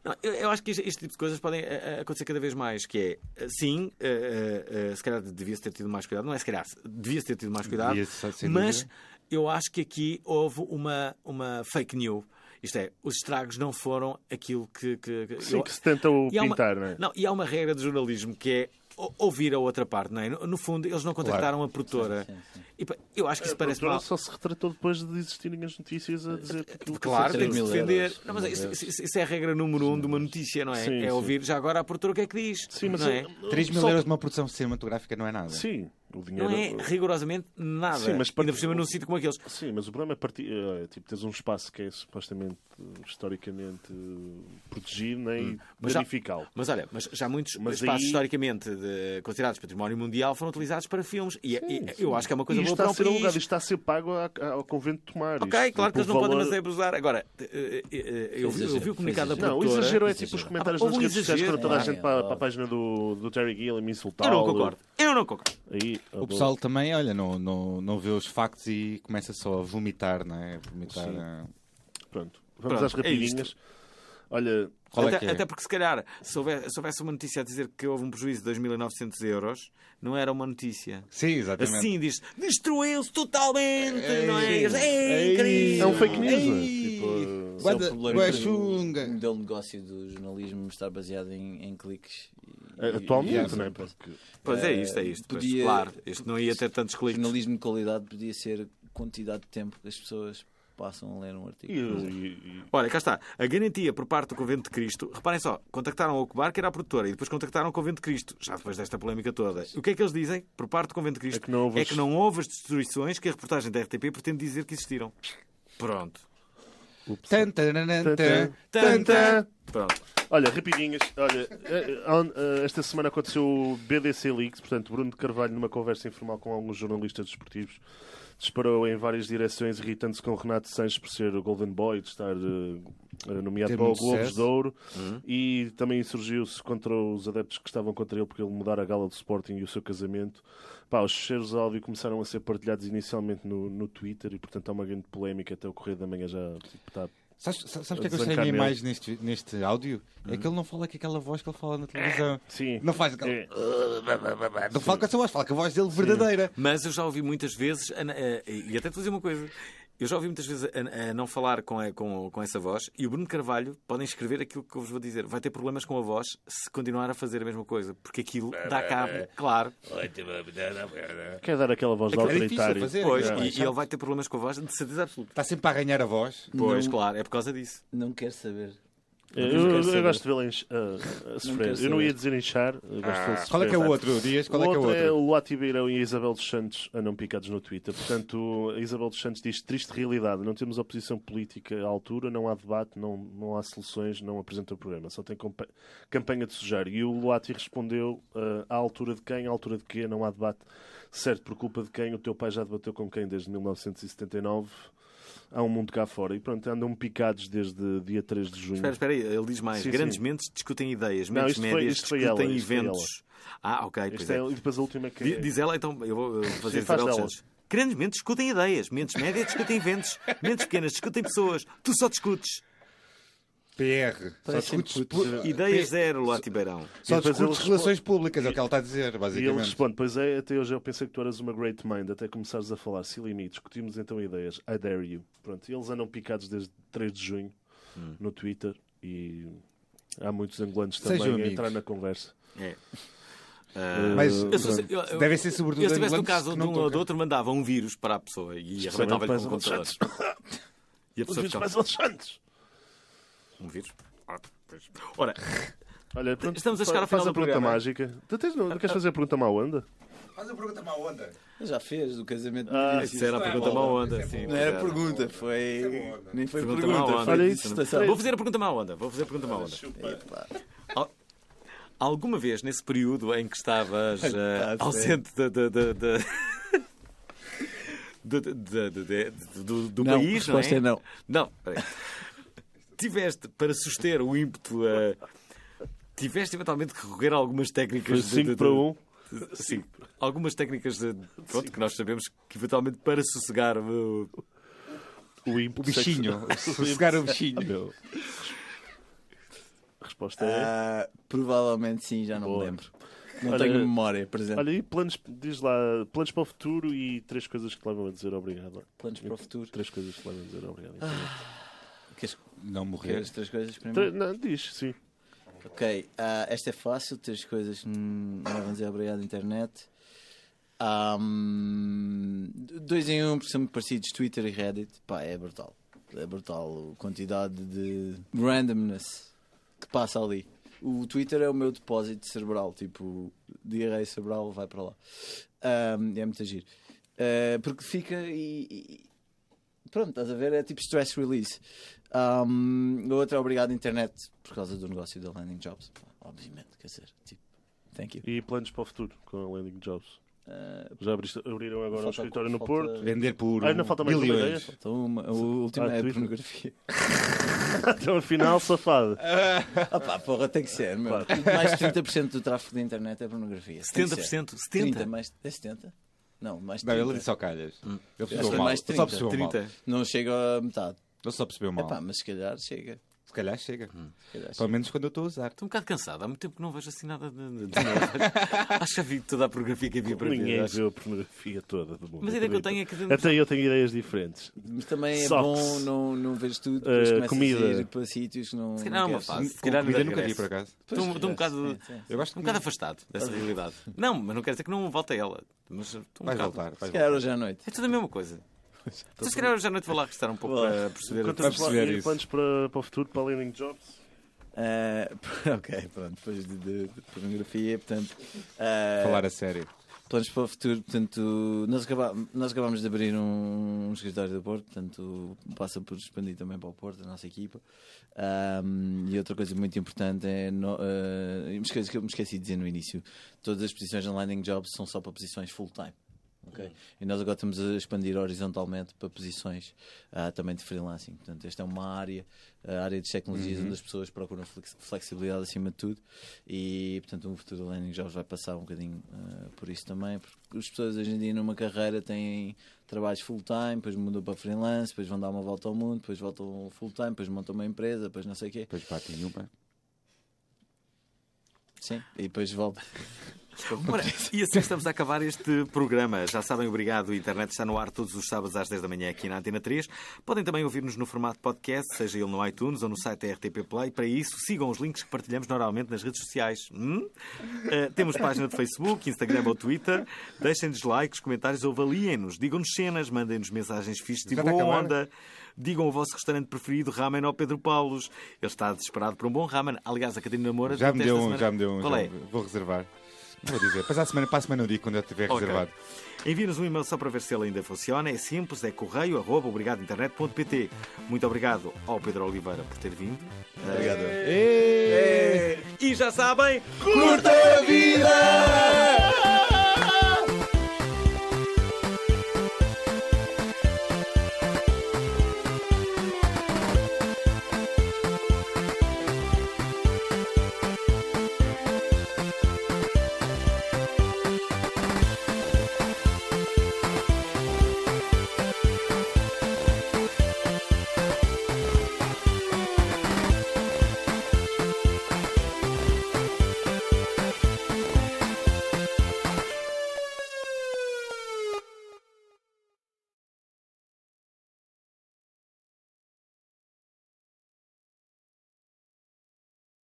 S1: Não, eu, eu acho que este, este tipo de coisas podem eh, eh, acontecer cada vez mais, que é, eh, sim, eh, eh, eh, se calhar devia-se ter tido mais cuidado, não é se calhar, devia-se ter tido mais cuidado,
S2: Devia-se, sem
S1: mas
S2: dúvida.
S1: eu acho que aqui houve uma, uma fake news. Isto é, os estragos não foram aquilo que... que, que-
S4: Sim,
S1: eu-
S4: que se tentam
S1: e há uma-
S4: pintar, não é?
S1: e há uma regra do jornalismo que é o- ouvir a outra parte, não é? No, no fundo, eles não contrataram a produtora. E, pá, eu acho que isso
S4: A
S1: parece
S4: produtora
S1: mal.
S4: só se retratou depois de existirem as notícias a dizer que aquilo que
S1: Claro, tem que se
S9: 3.000
S1: defender.
S9: euros,
S1: Não, mas
S9: meu
S1: isso,
S9: Deus.
S1: isso- isso é a regra número um de uma notícia, não é?
S4: Sim,
S1: é
S4: sim.
S1: ouvir já agora a produtora o que é que diz.
S4: Sim, mas
S1: não é?
S2: 3 mil
S4: só-
S2: euros de uma produção cinematográfica não é nada.
S4: Sim, o dinheiro.
S1: Não é rigorosamente nada.
S4: Sim, mas part-
S1: Ainda por cima num sítio como aqueles.
S4: Sim, mas o problema é partir, eh, tipo, tens um espaço que é supostamente eh, historicamente eh, protegido né, e
S1: Hum. Mas já-
S4: danificá-lo.
S1: Mas olha, mas já muitos
S4: Mas
S1: espaços
S4: aí-
S1: historicamente de- considerados património mundial foram utilizados para filmes. E, e- eu acho que é uma
S4: E
S1: coisa
S4: isto
S1: boa
S4: está
S1: para
S4: a
S1: um
S4: ser alugado, isto
S1: país.
S4: está a ser pago a- a- ao convento de Tomar.
S1: Ok,
S4: Isto,
S1: claro que eles
S4: tipo,
S1: não podem,
S4: valor-
S1: mas é abusar. Agora, eh, eh, eh, eu, vi- eu vi
S9: Exagero,
S1: o comunicado da
S9: foi
S4: Não, o
S1: produtora.
S4: exagero é tipo
S9: Exagero.
S4: os comentários
S1: Ah,
S4: nas
S1: houve um
S4: redes sociais
S1: exagero.
S4: quando toda a
S9: Ah,
S4: gente
S9: é,
S4: para,
S9: ó.
S4: para a página do, do Terry Gilliam insultar.
S1: Eu não concordo. Eu não concordo.
S4: Aí, ah,
S2: O pessoal também, olha, não, não, não vê os factos e começa só a vomitar, não é? Vomitar.
S4: Sim.
S2: ah.
S4: Pronto, vamos
S1: Pronto,
S4: às
S1: é
S4: rapidinhas. Olha,
S2: Qual é
S1: até,
S2: que é?
S1: até porque, se calhar, se houvesse, se houvesse uma notícia a dizer que houve um prejuízo de 2.900 euros, não era uma notícia.
S2: Sim, exatamente.
S1: Assim diz destruiu-se totalmente, não é?
S2: Ei,
S1: É
S4: é
S1: incrível.
S4: um fake news. não é?
S2: Ei.
S4: Tipo,
S9: Esse
S2: Guarda-
S9: é o problema
S2: Guaxunga.
S9: do modelo de negócio do jornalismo estar baseado em, em cliques. e-
S4: eh, Atualmente,
S9: e-
S4: não é? Porque
S1: Pois é isto, é isto. Pois,
S9: Podia-
S1: claro, isto não ia ter tantos
S9: O
S1: cliques.
S9: jornalismo de qualidade podia ser quantidade de tempo que as pessoas passam a ler um artigo.
S4: E, e- e-
S1: Olha, cá está. A garantia por parte do Convento de Cristo. Reparem só, contactaram o Ocubar, que era a produtora, e depois contactaram o Convento de Cristo, já depois desta polémica toda. E O que é que eles dizem, por parte do Convento de Cristo?
S4: É que não houve as-
S1: não houve as destruições que a reportagem da RTP pretende dizer que existiram. Pronto.
S2: Tan, tan, tan, tan, tan.
S1: Tan, tan. Pronto.
S4: Olha, rapidinhas. Olha, eh, eh, on- eh, esta semana aconteceu o BDC Leaks, portanto, Bruno de Carvalho, numa conversa informal com alguns jornalistas desportivos, disparou em várias direções, irritando-se com Renato Sanches por ser o Golden Boy, de estar eh, eh, nomeado
S2: Ter
S4: para o
S2: muito
S4: Globos
S2: sucesso.
S4: de Ouro, e também insurgiu-se contra os adeptos que estavam contra ele porque ele mudar a gala do Sporting e o seu casamento. Pá, os cheiros de áudio começaram a ser partilhados inicialmente no, no Twitter e, portanto, há uma grande polémica até o correr da manhã já tipo, está
S2: Sabes, sabes sabes o que é que eu estranhei
S4: Desencarnei.
S2: mais neste, neste áudio? É que ele não fala com aquela voz que ele fala na televisão.
S4: Sim.
S2: Não faz aquela.
S4: É.
S2: Não fala com essa voz, fala com a voz dele verdadeira.
S1: Mas eu já ouvi muitas vezes, a- a- e até te vou dizer uma coisa. Eu já ouvi muitas vezes a, a não falar com, a- com- com essa voz e o Bruno Carvalho podem escrever aquilo que eu vos vou dizer. Vai ter problemas com a voz se continuar a fazer a mesma coisa, porque aquilo
S4: É,
S1: dá cabo, claro.
S4: Quer dar aquela voz de
S2: É difícil
S4: autoritário.
S2: fazer.
S1: Pois,
S2: é.
S1: e, e ele vai ter problemas com a voz, de certeza absoluta.
S2: Está sempre a arranhar a voz.
S1: Pois, claro, é por causa disso.
S4: Hum.
S9: Não quero saber.
S4: Eu,
S9: Não quero
S4: eu
S9: saber.
S4: gosto de vê-lo enche- a- a sofrer.
S9: quero
S4: eu não
S9: saber.
S4: ia dizer inchar. eu gosto de vê-lo sofrer.
S2: Qual é que é o outro, Dias? Qual
S4: o
S2: é que é o
S4: outro
S2: outro?
S4: é o Luati Beirão e a Isabel dos Santos andam picados no Twitter. Portanto, a Isabel dos Santos diz triste realidade. Não temos oposição política à altura, não há debate, não, não há soluções, não apresenta programa. Só tem compa- campanha de sujar. E o Luati respondeu ah, à altura de quem, à altura de quê, não há debate. Certo, por culpa de quem, o teu pai já debateu com quem desde 1979. Há um mundo cá fora. E pronto, andam picados desde dia 3 de junho.
S1: Espera, espera aí, ele diz mais.
S4: Sim,
S1: Grandes
S4: sim.
S1: mentes discutem ideias,
S4: Não,
S1: mentes
S4: isto foi-
S1: médias
S4: isto foi
S1: discutem
S4: ela, isto foi
S1: eventos. Ah, ok, pois
S4: Isto é-
S1: é.
S4: e depois a última que
S1: Di-
S4: é-
S1: Diz ela, então, eu vou eu vou fazer
S4: Sim, faz
S1: Isabel dos
S4: dela.
S1: Santos. Grandes mentes discutem ideias, mentes médias discutem eventos, mentes pequenas discutem pessoas, tu só discutes.
S2: PR. Só
S9: Parece
S2: discutes
S9: input.
S2: pu-
S1: eh, Ideias
S2: P-
S1: zero, Lote Beirão.
S2: Só
S4: E depois
S2: discutes
S4: ele
S2: relações públicas, é o que ele está a dizer,
S4: E ele
S2: basicamente.
S4: responde: Pois é, até hoje eu pensei que tu eras uma great mind, até começares a falar sem limite. Discutimos então ideias. I dare you. Pronto, e eles andam picados desde 3 de junho
S1: Hum.
S4: no Twitter e há muitos angolanos
S2: Sejam
S4: também a
S2: amigos.
S4: entrar na conversa.
S1: É.
S2: Mas
S1: Eu sou- eu- eu-
S2: devem ser sobretudo
S1: Eu se tivesse no
S2: angolanos
S1: caso
S2: que
S1: de
S2: não
S1: um ou
S2: tocam.
S1: do outro, mandava um vírus para a pessoa e arrebentava-lhe com
S4: mais
S1: o
S4: um
S1: computador. E a
S4: Os
S1: pessoa
S4: vídeos
S1: ficava,
S4: mais Santos.
S1: um vírus? Ah, pois. Ora,
S4: Olha, pronto,
S1: Estamos a chegar ao
S4: fa- faz
S1: final
S4: a
S1: do
S4: pergunta
S1: programa.
S4: mágica. Tu tens, não, não queres fazer a pergunta má onda?
S2: Faz a pergunta má onda.
S9: Ele já fez o casamento.
S4: Ah,
S9: do
S1: isso era a pergunta má onda. sim,
S9: Não
S1: pois
S9: era pergunta, foi. Nem foi
S1: Pergunta
S9: pergunta, tá
S1: má onda.
S9: foi
S4: Olha isso,
S9: dissertação.
S1: é? Vou fazer a pergunta má onda. Vou fazer a pergunta má onda.
S9: Epá.
S1: Alguma vez nesse período em que estavas
S9: tá
S1: eh,
S9: pá,
S1: ausente da- da- da- da- da- da- da- da- do do
S9: Não,
S1: país,
S9: a
S1: não
S9: resposta
S1: é?
S9: é não.
S1: Não, peraí. Tiveste, para suster o ímpeto, eh, tiveste eventualmente que recorrer a algumas técnicas. de-
S4: 5
S1: de-
S4: para
S1: de-
S4: 1. Um.
S1: Sim, algumas técnicas de- pronto, que nós sabemos que eventualmente para sossegar o-
S4: O, ímpeto
S2: O bichinho.
S4: sexual.
S2: Sossegar o bichinho.
S4: A resposta é.
S9: Ah, provavelmente sim, já não
S4: Boa.
S9: me lembro. Não
S4: Olha-
S9: tenho memória presente.
S4: Olha aí, planos, diz lá, planos para o futuro e três coisas que te levam a dizer obrigado.
S9: Planos para o futuro.
S4: Três coisas que te levam a dizer obrigado. então.
S9: Queres,
S2: Não morrer.
S9: queres três coisas para
S4: Tre-
S9: mim?
S4: Não, diz, sim.
S9: Ok, ah, esta é fácil, três coisas. Hum, agora vamos dizer obrigado, internet. Ah, hum, dois em um, porque são muito parecidos: Twitter e Reddit. Pá, é brutal. É brutal a quantidade de randomness que passa ali. O Twitter é o meu depósito cerebral, tipo, diarreia cerebral vai para lá. Ah, é muito agir. porque fica e- e, Pronto, estás a ver? É tipo stress release. Um, outra, obrigado, internet, por causa do negócio da Landing Jobs. Pá, Obviamente, quer dizer, tipo, thank you.
S4: E planos para o futuro com a Landing Jobs.
S9: Uh,
S4: Já abriste- abriram agora o
S9: Falta-
S4: escritório no
S9: falta-
S4: Porto.
S2: Vender por
S4: Ainda falta mais uma
S2: bilhões.
S4: ideia?
S9: então, uma, a última
S4: Ah,
S9: é a
S4: Twitter.
S9: pornografia.
S4: Então, afinal, safado.
S9: Ah pá, porra, tem que ser, meu. Mais de 30% do tráfego da internet é pornografia. Tem que ser.
S1: 70%. 70%.
S9: 30, mais, é 70? Não, mais
S2: Não,
S9: 30.
S2: ele disse ao calhas. Ele percebeu
S9: Acho
S2: mal.
S9: que
S2: Ele
S9: mais
S2: só
S9: 30,
S2: percebeu mal.
S1: 30.
S9: Não chega a metade.
S2: Ele só percebeu
S9: É pá,
S2: mal.
S9: mas se calhar chega.
S2: Se calhar chega.
S9: Se calhar
S2: Pelo menos quando eu estou a usar.
S1: Estou um bocado cansado. Há muito tempo que não vejo assim nada de, de- de novo. Acho que já vi toda a pornografia que havia para ver.
S4: Ninguém
S1: acho.
S4: viu a pornografia toda do mundo.
S1: Mas a ideia que eu
S4: acredita.
S1: tenho é que...
S4: Até eu tenho ideias diferentes.
S9: chega. Mas também é
S4: Socks.
S9: bom não, não veres tudo,
S4: Eh,
S9: depois começas
S4: comida.
S9: a ir para sítios que não.
S1: Se calhar é
S9: não
S1: uma
S9: queres.
S1: fase. Se
S2: Com
S1: calhar
S2: comida
S1: ainda
S2: nunca vi,
S1: regresso.
S2: por acaso.
S1: Estou estou um bocado...
S9: Sim, sim.
S2: Eu gosto de
S1: Um bocado
S2: comida.
S1: afastado dessa realidade. Não, mas não quer dizer que não volte a ela. Mas estou um
S2: Vai
S1: bocado-
S2: voltar. vai
S9: Se
S2: voltar.
S9: calhar hoje à noite.
S1: É tudo a mesma coisa. Então, se calhar hoje à noite vou lá restar um pouco
S9: Boa.
S1: para perceber.
S4: Quanto
S2: a
S4: tempo
S2: perceber
S4: lá- e
S2: isso.
S4: planos para, para o futuro, para a Landing Jobs?
S9: Ah, ok, pronto, depois de, de- de pornografia, portanto. ah,
S2: Falar a sério.
S9: Planos para o futuro, portanto, nós, acaba, nós acabamos de abrir um, um escritório do Porto, portanto, passa por expandir também para o Porto, a nossa equipa. Ahm, e outra coisa muito importante é. No, ah, me esqueci, que eu me esqueci de dizer no início: todas as posições na Landing Jobs são só para posições full-time. ok? E nós agora estamos a expandir horizontalmente para posições ah, também de freelancing. Portanto, esta é uma área, a área de tecnologias onde as pessoas procuram flex- flexibilidade acima de tudo e, portanto, o futuro Landing Jobs vai passar um bocadinho ah, por isso também, porque as pessoas hoje em dia numa carreira têm trabalhos full-time, depois mudam para freelance, depois vão dar uma volta ao mundo, depois voltam full-time, depois montam uma empresa, depois não sei o quê.
S2: Depois bate em uma.
S9: Sim, e depois volta.
S1: Ora, e assim estamos a acabar este programa. Já sabem, obrigado. A internet está no ar todos os sábados às 10 da manhã aqui na Antena 3. Podem também ouvir-nos no formato podcast, seja ele no iTunes ou no site da RTP Play. Para isso, sigam os links que partilhamos normalmente nas redes sociais. Hum? Eh, temos página de Facebook, Instagram ou Twitter. Deixem-nos likes, comentários ou avaliem-nos. Digam-nos cenas, mandem-nos mensagens fixas de
S2: Já está a
S1: boa
S2: acabar?
S1: onda. Digam o vosso restaurante preferido, ramen ao Pedro Paulos. Ele está desesperado por um bom ramen. Aliás, a Catarina Moura...
S2: Já me
S1: durante
S2: deu
S1: esta
S2: um,
S1: semana-
S2: já me deu um.
S1: Qual
S2: já
S1: é?
S2: me- Vou reservar. Vou dizer. Mas à semana, para a semana eu digo quando eu tiver
S1: Ok.
S2: reservado.
S1: Envie-nos um e-mail só para ver se ele ainda funciona. É simples, é correio, arroba, obrigadointernet.pt. Muito obrigado ao Pedro Oliveira por ter vindo. Obrigado.
S2: Ei!
S1: E É, já sabem,
S2: Curta a vida!